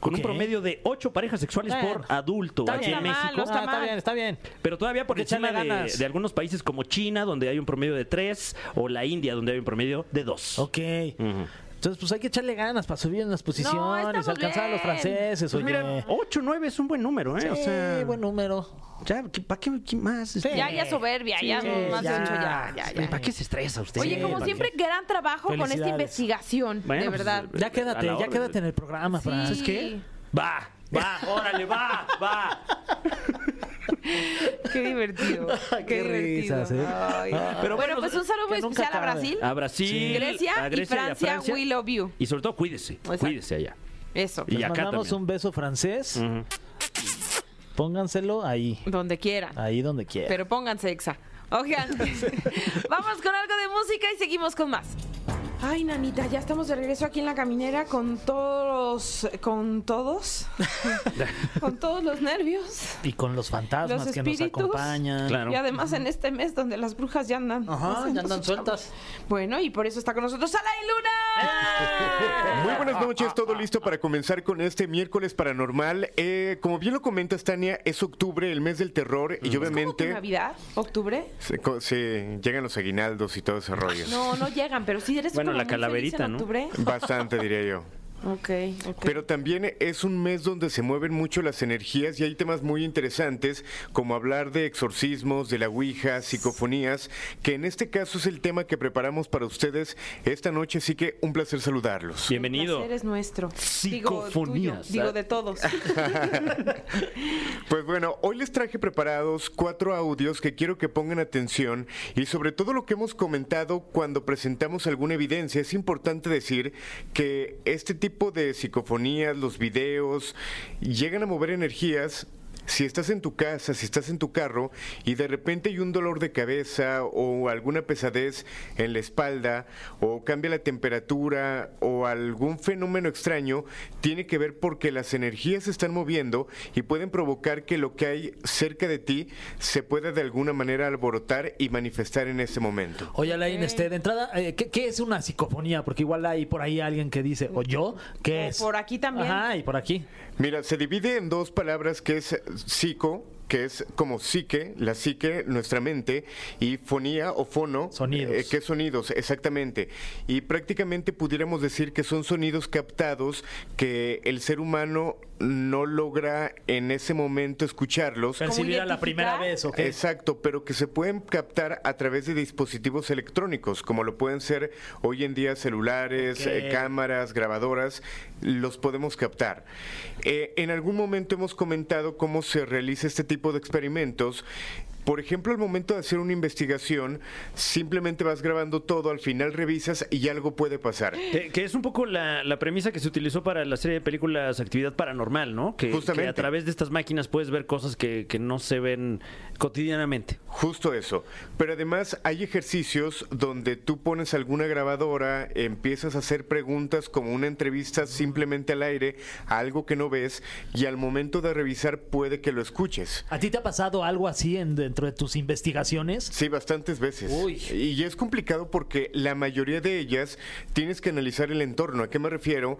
Speaker 4: con un
Speaker 2: Ok.
Speaker 4: promedio de ocho parejas sexuales
Speaker 2: Bueno.
Speaker 4: por adulto
Speaker 2: Está
Speaker 4: aquí
Speaker 2: bien.
Speaker 4: en
Speaker 3: Está mal,
Speaker 4: México.
Speaker 3: no
Speaker 2: Ah,
Speaker 3: está
Speaker 2: está
Speaker 3: mal.
Speaker 2: bien, está bien.
Speaker 4: Pero todavía por
Speaker 2: Hay que
Speaker 4: encima
Speaker 2: echarle
Speaker 4: de,
Speaker 2: ganas.
Speaker 4: de algunos países como China, donde hay un promedio de 3, o la India, donde hay un promedio de 2.
Speaker 2: Ok.
Speaker 4: Ujú.
Speaker 2: Entonces, pues hay que echarle ganas para subir en las posiciones,
Speaker 3: estamos
Speaker 2: alcanzar a
Speaker 3: bien.
Speaker 2: los franceses.
Speaker 4: Pues
Speaker 2: Oye.
Speaker 4: mira, 8, 9 es un buen número, ¿eh?
Speaker 2: Sí,
Speaker 4: o sea,
Speaker 2: buen número.
Speaker 4: ya, ¿qué- ¿para qué, qué más? este?
Speaker 3: Ya, ya soberbia, ya
Speaker 2: Sí,
Speaker 3: no, más de
Speaker 2: ya.
Speaker 3: ocho, ya, ya, ya.
Speaker 4: ¿Para qué se estresa usted?
Speaker 3: Oye,
Speaker 2: Sí,
Speaker 3: como
Speaker 2: ¿para
Speaker 3: siempre, gran trabajo con esta
Speaker 2: Felicidades.
Speaker 3: investigación,
Speaker 4: Bueno,
Speaker 3: de
Speaker 4: pues,
Speaker 3: verdad.
Speaker 4: eh,
Speaker 2: Ya
Speaker 4: A la
Speaker 2: quédate, ya
Speaker 4: orden.
Speaker 2: quédate en el programa, Fran.
Speaker 3: Sí.
Speaker 4: ¿Sabes qué? Va, va, órale, va, va.
Speaker 3: Qué divertido. Qué,
Speaker 2: Qué
Speaker 3: divertido.
Speaker 2: risas, ¿eh?
Speaker 3: Ay.
Speaker 2: Ah.
Speaker 3: Pero
Speaker 4: Pero
Speaker 3: bueno,
Speaker 4: bueno,
Speaker 3: pues un saludo
Speaker 2: que
Speaker 3: muy
Speaker 2: nunca
Speaker 3: especial a
Speaker 2: acabe.
Speaker 3: Brasil,
Speaker 4: A Brasil,
Speaker 2: Sí.
Speaker 3: Grecia,
Speaker 4: a
Speaker 3: y Francia, we love you.
Speaker 4: Y sobre todo, cuídese,
Speaker 3: Exacto.
Speaker 4: cuídese allá.
Speaker 3: Eso.
Speaker 4: Y
Speaker 2: Les
Speaker 4: acá
Speaker 2: mandamos
Speaker 4: también.
Speaker 2: un beso francés.
Speaker 4: Ujú.
Speaker 2: Pónganselo ahí,
Speaker 3: Donde quieran.
Speaker 2: ahí donde quiera.
Speaker 3: Pero pónganse exa. Oigan, vamos con algo de música y seguimos con más. Ay, Nanita, ya estamos de regreso aquí en la caminera con todos, con todos, con todos los nervios.
Speaker 2: Y con los fantasmas
Speaker 3: Los
Speaker 2: que nos
Speaker 3: espíritus.
Speaker 2: acompañan.
Speaker 4: Claro.
Speaker 3: Y además en este mes donde las brujas ya andan.
Speaker 2: Ajá, ya andan
Speaker 3: haciendo su chamba.
Speaker 2: sueltas.
Speaker 3: Bueno, y por eso está con nosotros Alain Luna.
Speaker 4: Eh.
Speaker 6: Muy buenas noches, todo listo para comenzar con este miércoles paranormal. Eh, como bien lo comentas, Tania, es octubre, el mes del terror, y
Speaker 3: ¿Cómo tu
Speaker 6: obviamente
Speaker 3: Navidad? ¿Octubre?
Speaker 6: se, co- se llegan los aguinaldos y todo ese rollo.
Speaker 3: No, no llegan, pero sí eres
Speaker 4: Bueno,
Speaker 3: como
Speaker 4: la
Speaker 3: muy feliz
Speaker 4: calaverita,
Speaker 3: en
Speaker 4: ¿no?
Speaker 3: octubre.
Speaker 6: Bastante, diría yo.
Speaker 3: Ok, ok.
Speaker 6: Pero también es un mes donde se mueven mucho las energías y hay temas muy interesantes como hablar de exorcismos, de la Ouija, psicofonías, que en este caso es el tema que preparamos para ustedes esta noche, así que un placer saludarlos.
Speaker 4: Bienvenido.
Speaker 3: eres nuestro. Digo, tuyo,
Speaker 4: Psicofonías.
Speaker 3: digo de todos.
Speaker 6: Pues bueno, hoy les traje preparados cuatro audios que quiero que pongan atención y sobre todo lo que hemos comentado cuando presentamos alguna evidencia. Es importante decir que este tipo de psicofonías, los videos, llegan a mover energías. Si estás en tu casa, si estás en tu carro y de repente hay un dolor de cabeza o alguna pesadez en la espalda o cambia la temperatura o algún fenómeno extraño, tiene que ver porque las energías se están moviendo y pueden provocar que lo que hay cerca de ti se pueda de alguna manera alborotar y manifestar en ese momento.
Speaker 2: Oye, Alain, este, de entrada, eh, ¿qué, qué es una psicofonía? Porque igual hay por ahí alguien que dice, o yo, ¿qué
Speaker 3: O
Speaker 2: es?
Speaker 3: por aquí también.
Speaker 2: Ajá, y por aquí.
Speaker 6: Mira, se divide en dos palabras que es psico, que es como psique, la psique, nuestra mente, y fonía o fono,
Speaker 2: Sonidos.
Speaker 6: eh, que es sonidos, exactamente. Y prácticamente pudiéramos decir que son sonidos captados que el ser humano no logra en ese momento escucharlos.
Speaker 2: Percibir a la
Speaker 3: identificar?
Speaker 2: primera vez, ¿ok?
Speaker 6: Exacto, pero que se pueden captar a través de dispositivos electrónicos, como lo pueden ser hoy en día celulares,
Speaker 2: Ok.
Speaker 6: eh, cámaras, grabadoras, los podemos captar. Eh, en algún momento hemos comentado cómo se realiza este tipo de experimentos. Por ejemplo, al momento de hacer una investigación, simplemente vas grabando todo, al final revisas y algo puede pasar.
Speaker 4: Que, que es un poco la, la premisa que se utilizó para la serie de películas Actividad Paranormal, ¿no? Que,
Speaker 6: Justamente.
Speaker 4: que a través de estas máquinas puedes ver cosas que, que no se ven cotidianamente.
Speaker 6: Justo eso. Pero además hay ejercicios donde tú pones alguna grabadora, empiezas a hacer preguntas como una entrevista simplemente al aire, algo que no ves, y al momento de revisar puede que lo escuches.
Speaker 2: ¿A ti te ha pasado algo así en, dentro de tus investigaciones?
Speaker 6: Sí, bastantes veces.
Speaker 2: Uy.
Speaker 6: Y es complicado porque la mayoría de ellas tienes que analizar el entorno. ¿A qué me refiero?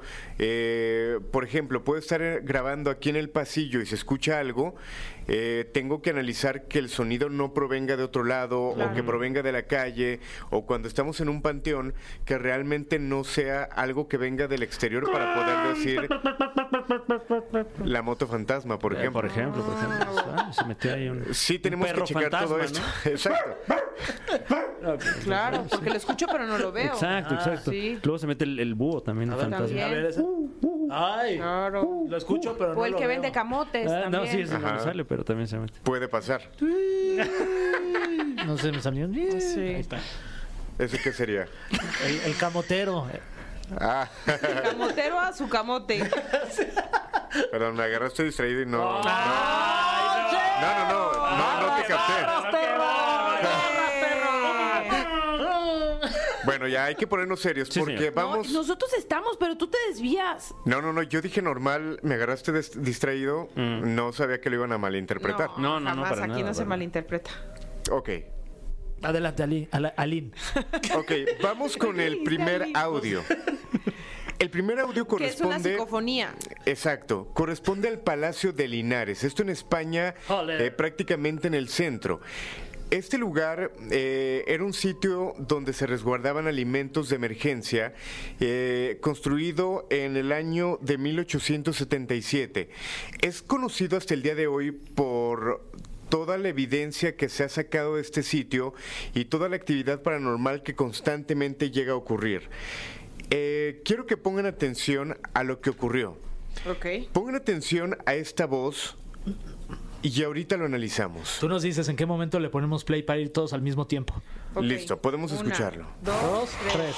Speaker 6: Eh, por ejemplo, puedo estar eh, grabando aquí en el pasillo y se escucha algo. eh, tengo que analizar que el sonido no provenga de otro lado o que provenga de la calle o cuando estamos en un panteón que realmente no sea algo que venga del exterior para poder decir la moto fantasma, por
Speaker 4: Eh,
Speaker 6: ejemplo.
Speaker 4: por ejemplo, por ejemplo. Ah, se metió ahí un,
Speaker 6: Sí,
Speaker 4: un
Speaker 6: tenemos que
Speaker 4: perro
Speaker 6: checar todo
Speaker 4: fantasma,
Speaker 6: esto.
Speaker 4: ¿no?
Speaker 6: Exacto.
Speaker 3: Claro, porque lo escucho pero no lo veo.
Speaker 4: Exacto,
Speaker 3: Ah,
Speaker 4: exacto.
Speaker 3: sí.
Speaker 4: Luego se mete el, el búho también, el fantasma.
Speaker 3: también.
Speaker 2: A ver,
Speaker 6: Uh,
Speaker 2: ese- Ay,
Speaker 4: Uh,
Speaker 3: Claro.
Speaker 2: lo escucho, pero no
Speaker 3: Ah. O el
Speaker 2: lo
Speaker 3: que
Speaker 2: veo.
Speaker 3: vende camotes
Speaker 4: Ah, no,
Speaker 3: también.
Speaker 4: sí, ese no
Speaker 6: Ajá.
Speaker 4: le sale, pero también se mete.
Speaker 6: Puede pasar.
Speaker 2: No sé, me salió. Ahí está.
Speaker 6: ¿Eso qué sería?
Speaker 2: El, el camotero.
Speaker 6: Ah,
Speaker 3: El camotero a su camote.
Speaker 6: perdón, me agarraste distraído y no. No,
Speaker 2: ¡Ay,
Speaker 6: no, no, no, no, te capté. Bueno, ya hay que ponernos serios
Speaker 4: Sí,
Speaker 6: porque
Speaker 4: señor.
Speaker 6: vamos.
Speaker 3: No, nosotros estamos, pero tú te desvías.
Speaker 6: No, no, no, yo dije normal, me agarraste des- distraído, no sabía que lo iban a malinterpretar.
Speaker 4: Mm. No, no, no,
Speaker 3: jamás,
Speaker 4: para
Speaker 3: aquí
Speaker 4: nada,
Speaker 3: no se
Speaker 4: para
Speaker 3: malinterpreta.
Speaker 6: Ok,
Speaker 2: Adelante, Ali, Ala- Alin.
Speaker 6: ok, vamos con el primer
Speaker 3: Distraídos.
Speaker 6: audio. El primer audio
Speaker 3: Que es una
Speaker 6: corresponde.
Speaker 3: psicofonía.
Speaker 6: Exacto, corresponde al Palacio de Linares, esto en España,
Speaker 2: Ole.
Speaker 6: eh, prácticamente en el centro. Este lugar eh, era un sitio donde se resguardaban alimentos de emergencia, eh, construido en el año de 1877. Es conocido hasta el día de hoy por toda la evidencia que se ha sacado de este sitio y toda la actividad paranormal que constantemente llega a ocurrir. Eh, quiero que pongan atención a lo que ocurrió.
Speaker 3: Ok.
Speaker 6: Pongan atención a esta voz y ahorita lo analizamos.
Speaker 2: Tú nos dices en qué momento le ponemos play para ir todos al mismo tiempo.
Speaker 3: ok.
Speaker 6: Listo, podemos
Speaker 3: Una,
Speaker 6: escucharlo.
Speaker 3: Dos,
Speaker 2: Dos,
Speaker 3: tres.
Speaker 2: tres.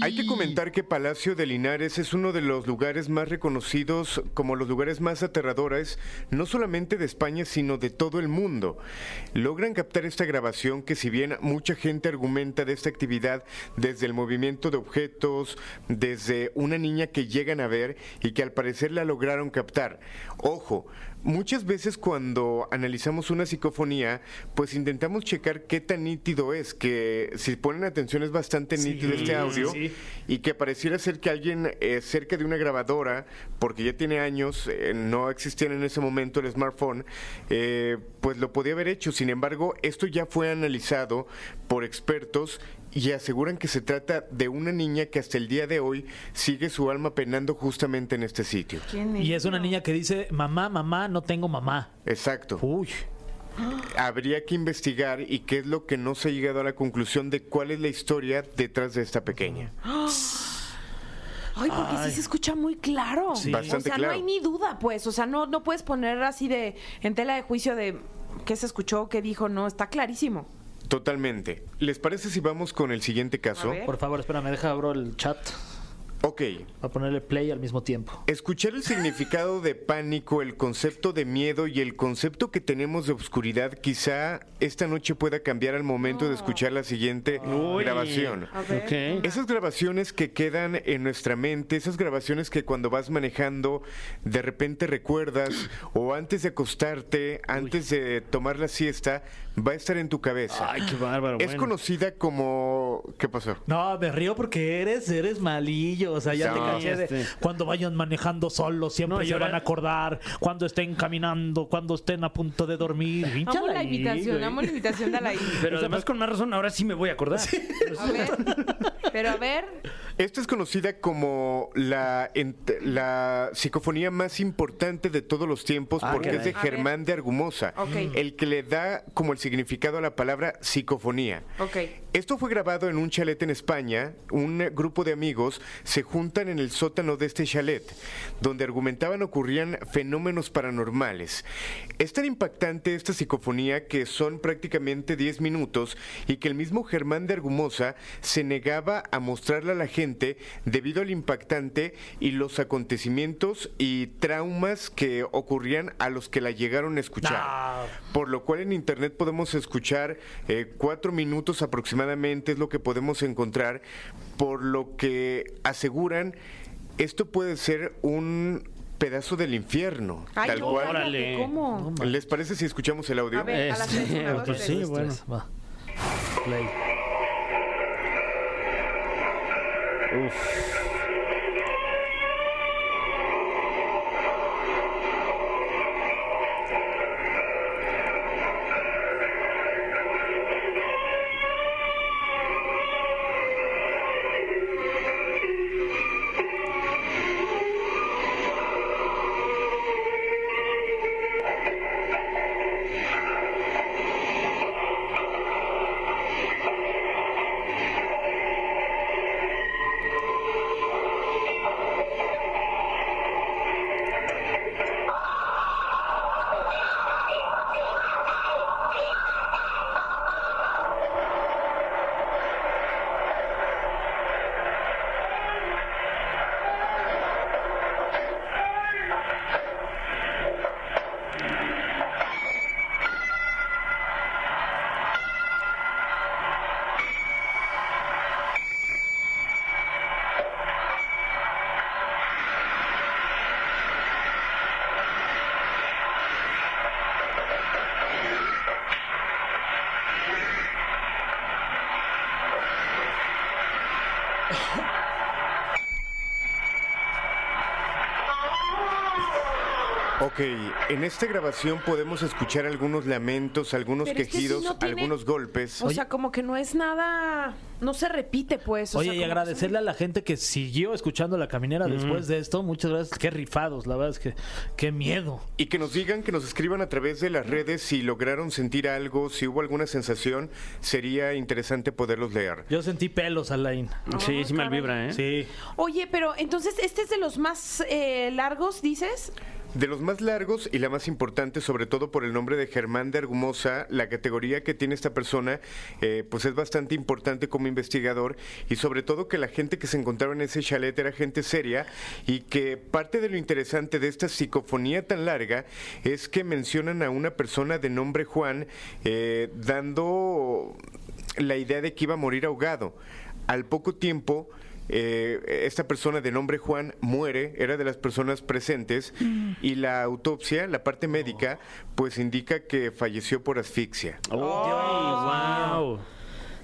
Speaker 6: Hay que comentar que Palacio de Linares es uno de los lugares más reconocidos como los lugares más aterradores, no solamente de España, sino de todo el mundo. Logran captar esta grabación que si bien mucha gente argumenta de esta actividad desde el movimiento de objetos, desde una niña que llegan a ver y que al parecer la lograron captar. Ojo, muchas veces cuando analizamos una psicofonía, pues intentamos checar qué tan nítido es, que si ponen atención es bastante nítido este audio
Speaker 2: sí.
Speaker 6: y que pareciera ser que alguien eh, cerca de una grabadora, porque ya tiene años, eh, no existía en ese momento el smartphone, eh, pues lo podía haber hecho. Sin embargo, esto ya fue analizado por expertos y aseguran que se trata de una niña que hasta el día de hoy sigue su alma penando justamente en este sitio.
Speaker 3: ¿Quién
Speaker 2: Y es una niña que dice, mamá, mamá, no tengo mamá.
Speaker 6: Exacto.
Speaker 2: Uy.
Speaker 6: Habría que investigar y qué es lo que no se ha llegado a la conclusión de cuál es la historia detrás de esta pequeña.
Speaker 3: Ay, porque sí se escucha muy claro.
Speaker 2: Sí.
Speaker 3: o
Speaker 6: Bastante
Speaker 3: sea,
Speaker 6: claro.
Speaker 3: no hay ni duda, pues. O sea, no, no puedes poner así de en tela de juicio de qué se escuchó, qué dijo. No, está clarísimo.
Speaker 6: Totalmente. ¿Les parece si vamos con el siguiente caso?
Speaker 3: A ver.
Speaker 2: Por favor, espérame, deja abro el chat
Speaker 6: Ok.
Speaker 2: para ponerle play al mismo tiempo.
Speaker 6: Escuchar el significado de pánico, el concepto de miedo y el concepto que tenemos de oscuridad quizá esta noche pueda cambiar al momento de escuchar la siguiente
Speaker 4: Uy.
Speaker 6: grabación.
Speaker 3: A ver.
Speaker 4: Ok.
Speaker 6: Esas grabaciones que quedan en nuestra mente, esas grabaciones que cuando vas manejando de repente recuerdas o antes de acostarte, antes de tomar la siesta, va a estar en tu cabeza.
Speaker 4: Ay, qué bárbaro.
Speaker 6: es
Speaker 4: bueno.
Speaker 6: conocida como... ¿Qué pasó?
Speaker 2: No, me río porque eres, eres malillo. O sea, ya te
Speaker 6: No,
Speaker 2: caché de
Speaker 4: este.
Speaker 2: cuando vayan manejando solos, siempre
Speaker 4: No, y
Speaker 2: se
Speaker 4: ahora-
Speaker 2: van a acordar. Cuando estén caminando, cuando estén a punto de dormir. Pinche
Speaker 3: Amo la
Speaker 2: Alain,
Speaker 3: invitación,
Speaker 2: güey.
Speaker 3: amo la invitación de la
Speaker 4: Pero además con más razón, ahora sí me voy a acordar.
Speaker 3: A ver. Pero a ver,
Speaker 6: Esta es conocida como la, ent- la psicofonía más importante de todos los tiempos
Speaker 4: Ah,
Speaker 6: porque es de
Speaker 3: caray. A ver.
Speaker 6: Germán de Argumosa,
Speaker 3: Ok.
Speaker 6: el que le da como el significado a la palabra psicofonía.
Speaker 3: Ok.
Speaker 6: Esto fue grabado en un chalet en España. Un eh, grupo de amigos se juntan en el sótano de este chalet, donde argumentaban ocurrían fenómenos paranormales. Es tan impactante esta psicofonía que son prácticamente 10 minutos y que el mismo Germán de Argumosa se negaba a mostrarla a la gente debido al impactante y los acontecimientos y traumas que ocurrían a los que la llegaron a escuchar. Por lo cual en internet podemos escuchar eh, cuatro minutos aproximadamente es lo que podemos encontrar, por lo que aseguran esto puede ser un pedazo del infierno.
Speaker 3: Ay,
Speaker 6: tal
Speaker 3: no,
Speaker 6: cual.
Speaker 3: cállate, ¿cómo?
Speaker 6: ¿Les parece si escuchamos el audio?
Speaker 3: A ver, a las
Speaker 4: Este,
Speaker 3: tres, una, dos,
Speaker 4: pues
Speaker 3: tres.
Speaker 4: sí, bueno.
Speaker 2: Va.
Speaker 6: Ok, en esta grabación podemos escuchar algunos lamentos, algunos
Speaker 3: Pero es que si
Speaker 6: quejidos,
Speaker 3: no tiene-
Speaker 6: algunos golpes.
Speaker 3: O sea, como que no es nada, no se repite, pues. o
Speaker 2: Oye,
Speaker 3: sea,
Speaker 2: y
Speaker 3: como que
Speaker 2: agradecerle a la gente que siguió escuchando La Caminera después de esto. Muchas gracias. Qué rifados, la verdad es que qué miedo.
Speaker 6: Y que nos digan, que nos escriban a través de las redes si lograron sentir algo, si hubo alguna sensación, sería interesante poderlos leer.
Speaker 2: Yo sentí pelos, Alain.
Speaker 4: Sí, sí mal vibra, ¿eh?
Speaker 2: Sí.
Speaker 3: son- Oye, pero entonces, ¿este es de los más eh, largos, dices?
Speaker 6: De los más largos y la más importante, sobre todo por el nombre de Germán de Argumosa, la categoría que tiene esta persona, eh, pues es bastante importante como investigador y sobre todo que la gente que se encontraba en ese chalet era gente seria y que parte de lo interesante de esta psicofonía tan larga es que mencionan a una persona de nombre Juan eh, dando la idea de que iba a morir ahogado. Al poco tiempo... Eh, esta persona de nombre Juan muere, era de las personas presentes, y la autopsia, la parte médica, pues indica que falleció por asfixia.
Speaker 4: Oh, wow.